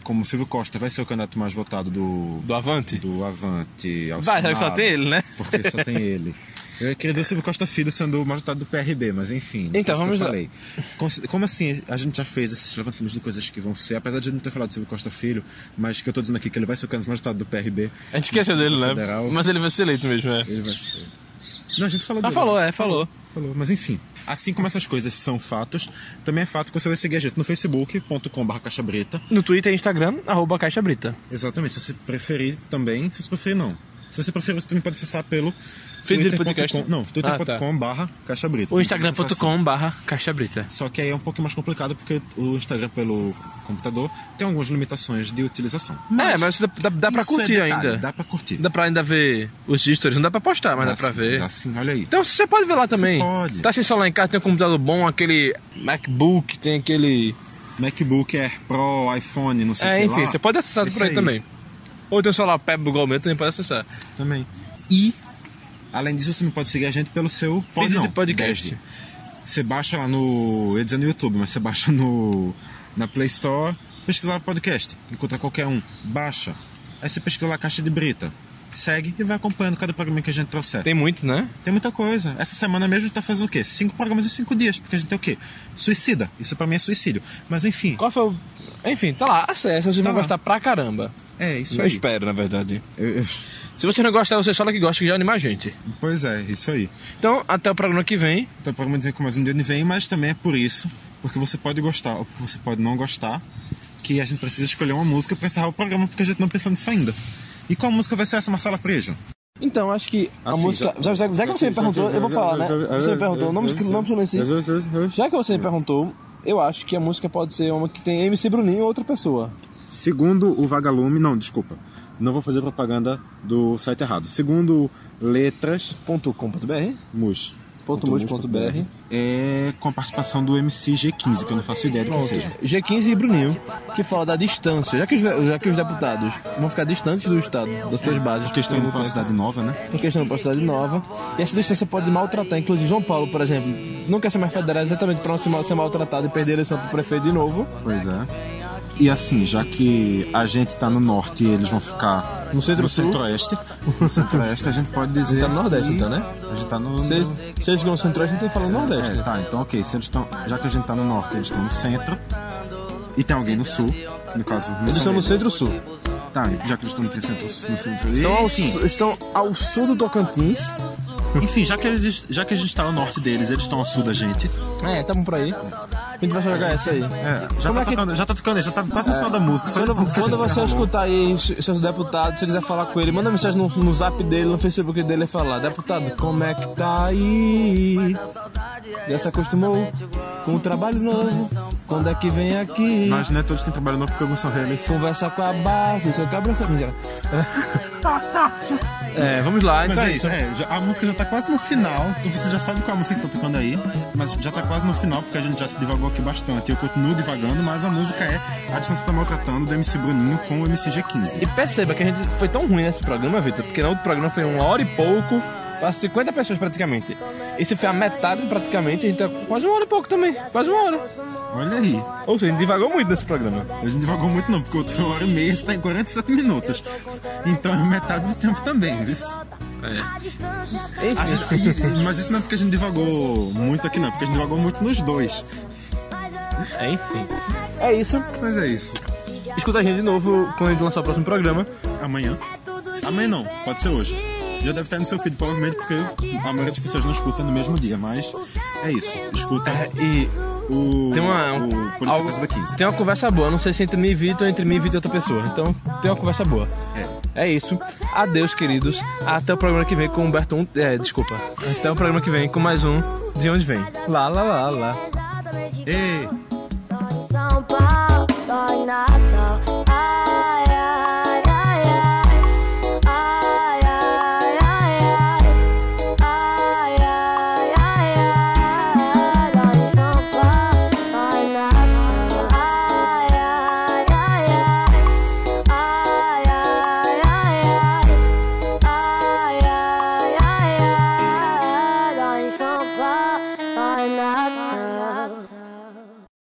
Speaker 1: como o Silvio Costa vai ser o candidato mais votado do.
Speaker 2: Do Avante?
Speaker 1: Do Avante. Ao
Speaker 2: Vai, sabe que só
Speaker 1: Senado,
Speaker 2: tem ele, né?
Speaker 1: Porque só tem ele. Eu queria dizer o Silvio Costa Filho sendo o mais votado do PRB, mas enfim. não
Speaker 2: Então,
Speaker 1: foi
Speaker 2: vamos
Speaker 1: isso que eu
Speaker 2: lá.
Speaker 1: falei. Consi- Como assim a gente já fez esses levantamentos de coisas que vão ser, apesar de eu não ter falado do Silvio Costa Filho, mas que eu tô dizendo aqui que ele vai ser o candidato mais votado do PRB.
Speaker 2: A gente esqueceu dele, né?
Speaker 1: Federal.
Speaker 2: Mas ele vai ser eleito mesmo, é.
Speaker 1: Ele vai ser. Não, a gente falou
Speaker 2: Ah,
Speaker 1: dele. né?
Speaker 2: falou, é, falou.
Speaker 1: Falou, mas enfim. Assim como essas coisas são fatos, também é fato que você vai seguir a gente no facebook.com.br caixabreta.
Speaker 2: No Twitter e Instagram, arroba Caixa Brita.
Speaker 1: Exatamente, se você preferir também, se você preferir não. Se você preferir, você também pode acessar pelo
Speaker 3: Feed do
Speaker 1: twitter.com
Speaker 3: podcast.
Speaker 1: Não,
Speaker 3: Ah, tá.
Speaker 1: twitter.com barra Caixa Brita.
Speaker 3: Ou
Speaker 1: Você acessa-
Speaker 3: instagram.com barra caixa brita.
Speaker 1: Só que aí é um pouco mais complicado porque o Instagram pelo computador tem algumas limitações de utilização.
Speaker 3: é, mas dá, dá, dá pra
Speaker 1: Isso é
Speaker 3: curtir
Speaker 1: detalhe,
Speaker 3: ainda. Dá...
Speaker 1: Dá pra curtir.
Speaker 3: pra ainda ver os stories. Não dá pra postar, mas dá, pra
Speaker 1: sim,
Speaker 3: ver.
Speaker 1: Dá sim, olha aí.
Speaker 3: Então você pode ver lá também.
Speaker 1: pode.
Speaker 3: Tá sem celular em casa, tem um computador bom, aquele MacBook, tem aquele.
Speaker 1: MacBook Air Pro, iPhone, não sei o
Speaker 3: É,
Speaker 1: que
Speaker 3: enfim,
Speaker 1: lá.
Speaker 3: você pode acessar
Speaker 1: Isso
Speaker 3: por aí, também. Ou tem um celular Pebble igual o meu, também pode acessar.
Speaker 1: Também. E, além disso, você não pode seguir a gente pelo seu
Speaker 3: Feed
Speaker 1: pod, não,
Speaker 3: de podcast.
Speaker 1: desde. Você baixa lá no. Eu ia dizer no YouTube, mas você baixa no. na Play Store, pesquisa lá podcast. Encontra qualquer um. Baixa. Aí você pesquisa lá Caixa de Brita. Segue e vai acompanhando cada programa que a gente trouxer. Tem,
Speaker 3: Tem muito, né?
Speaker 1: muita coisa. Essa semana mesmo a gente tá fazendo o quê? Cinco programas em cinco dias, porque a gente tem o quê? Suicida. Isso pra mim é suicídio. Mas enfim.
Speaker 3: Qual foi o. Enfim, tá lá, acessa, vocês
Speaker 1: Tá
Speaker 3: vão
Speaker 1: lá.
Speaker 3: gostar pra caramba.
Speaker 1: É, isso
Speaker 3: Eu
Speaker 1: aí.
Speaker 3: espero, na verdade.
Speaker 1: Eu- eu-
Speaker 3: Se você não gostar, você fala que gosta, que já anima a gente.
Speaker 1: Pois é, isso aí.
Speaker 3: Então, até o programa que vem.
Speaker 1: Então o programa de com mais um dia de vem, mas também é por isso, porque você pode gostar ou porque você pode não gostar, que a gente precisa escolher uma música pra encerrar o programa, porque a gente não pensou nisso ainda. E qual música vai ser essa, Marcela Preja?
Speaker 2: Então, acho que a
Speaker 1: Assim,
Speaker 2: música. Já, já- já que você me perguntou, eu vou falar, né? Você me perguntou, não me não me
Speaker 3: assim.
Speaker 2: silencie. Já que você me perguntou, eu acho que a música pode ser uma que tem MC Bruninho ou outra pessoa.
Speaker 1: Segundo o Vagalume, não, desculpa. Não vou fazer propaganda do site errado. Segundo letras,
Speaker 2: .com.br
Speaker 1: mus.
Speaker 2: .mus.br
Speaker 1: É com a participação do MC G15, que eu não faço ideia do que seja.
Speaker 2: G15 e Bruninho, que fala da distância, já que os, já que os deputados vão ficar distantes do Estado, das suas bases.
Speaker 1: Questão de uma cidade nova, né?
Speaker 2: em questão da cidade nova. E essa distância pode maltratar, inclusive João Paulo, por exemplo, não quer ser mais federal é exatamente para não ser, mal- ser maltratado e perder a eleição para prefeito de novo.
Speaker 1: Pois é. E assim, já que a gente tá no norte e eles vão ficar
Speaker 2: No centro-sul.
Speaker 1: centro-oeste, no centro-oeste a gente pode dizer.
Speaker 2: Tá no Nordeste,
Speaker 1: que
Speaker 2: então, né?
Speaker 1: A gente tá no.
Speaker 2: Se eles- se eles ganham o centro-oeste, não tem falando
Speaker 1: É,
Speaker 2: nordeste.
Speaker 1: tá, então ok. Se eles estão. Já que a gente tá no norte, eles estão no centro. E tem alguém no sul, no caso. no
Speaker 2: Eles
Speaker 1: sul
Speaker 2: estão no
Speaker 1: mesmo.
Speaker 2: centro-sul.
Speaker 1: Tá, já que eles estão no centro. No centro
Speaker 2: Estão
Speaker 1: e,
Speaker 2: Então, ao,
Speaker 1: enfim,
Speaker 2: su- estão ao sul do Tocantins.
Speaker 1: enfim, já que, eles, já que a gente tá ao norte deles, eles estão ao sul da gente.
Speaker 2: É, tamo por aí. A gente vai jogar essa aí.
Speaker 1: É, já,
Speaker 2: Como
Speaker 1: tá
Speaker 2: é que- É,
Speaker 1: tocando, já tá tocando, já tá quase no final da música. só tá
Speaker 2: Quando,
Speaker 1: de tanto que a
Speaker 2: quando
Speaker 1: gente
Speaker 2: você
Speaker 1: arrumou.
Speaker 2: escutar aí se- seus deputados, se quiser falar com ele, manda mensagem no, no zap dele, no Facebook dele e falar, deputado, como é que tá aí? Já se acostumou com o trabalho novo? Quando é que vem aqui?
Speaker 1: Mas não é todos que trabalham não, porque alguns são reeleitos.
Speaker 2: Conversa com a base, seu cabra essa miséria.
Speaker 3: É, vamos lá,
Speaker 1: Mas
Speaker 3: então.
Speaker 1: é isso, é, já- a música já tá quase no final, então você já sabe qual é a música que tá tocando aí, mas já tá quase no final, porque a gente já se divagou aqui bastante. Eu continuo divagando, mas a música é A Distância Tá Maltratando, do MC Bruninho com o MC G15.
Speaker 3: E perceba que a gente foi tão ruim nesse programa, Vitor, porque no outro programa foi uma hora e pouco, quase 50 pessoas praticamente. Esse foi a metade praticamente, a gente tá quase uma hora e pouco também, quase uma hora.
Speaker 1: Olha aí,
Speaker 3: Ou seja, a gente divagou muito nesse programa.
Speaker 1: a gente divagou muito não, porque o outro foi uma hora e meia, esse tá em 47 minutos. Então é metade do tempo também, viu? A gente- e- mas isso não é porque a gente divagou muito aqui não, é porque a gente divagou muito nos dois.
Speaker 3: É, enfim.
Speaker 2: É isso.
Speaker 1: Mas é isso,
Speaker 3: Escuta a gente de novo quando a gente lançar o próximo programa.
Speaker 1: amanhã... Amanhã não, pode ser hoje. Já deve estar no seu feed, provavelmente, porque a maioria das pessoas não escuta no mesmo dia, mas é isso. Escuta
Speaker 3: Ah, E
Speaker 1: o.
Speaker 3: tem uma.
Speaker 1: O Política
Speaker 3: algo-
Speaker 1: Casa da 15.
Speaker 3: Tem uma conversa boa, não sei se é entre mim e Vitor ou entre mim e Vitor e outra pessoa. Então, tem uma conversa boa. É. isso. Adeus, queridos. Até o programa que vem com o Humberto. Um, é, desculpa. Até o programa que vem com mais um De Onde Vem. Lá, lá, lá, lá.
Speaker 1: Ei!
Speaker 4: Dói em São Paulo, dói em Natal. Ah,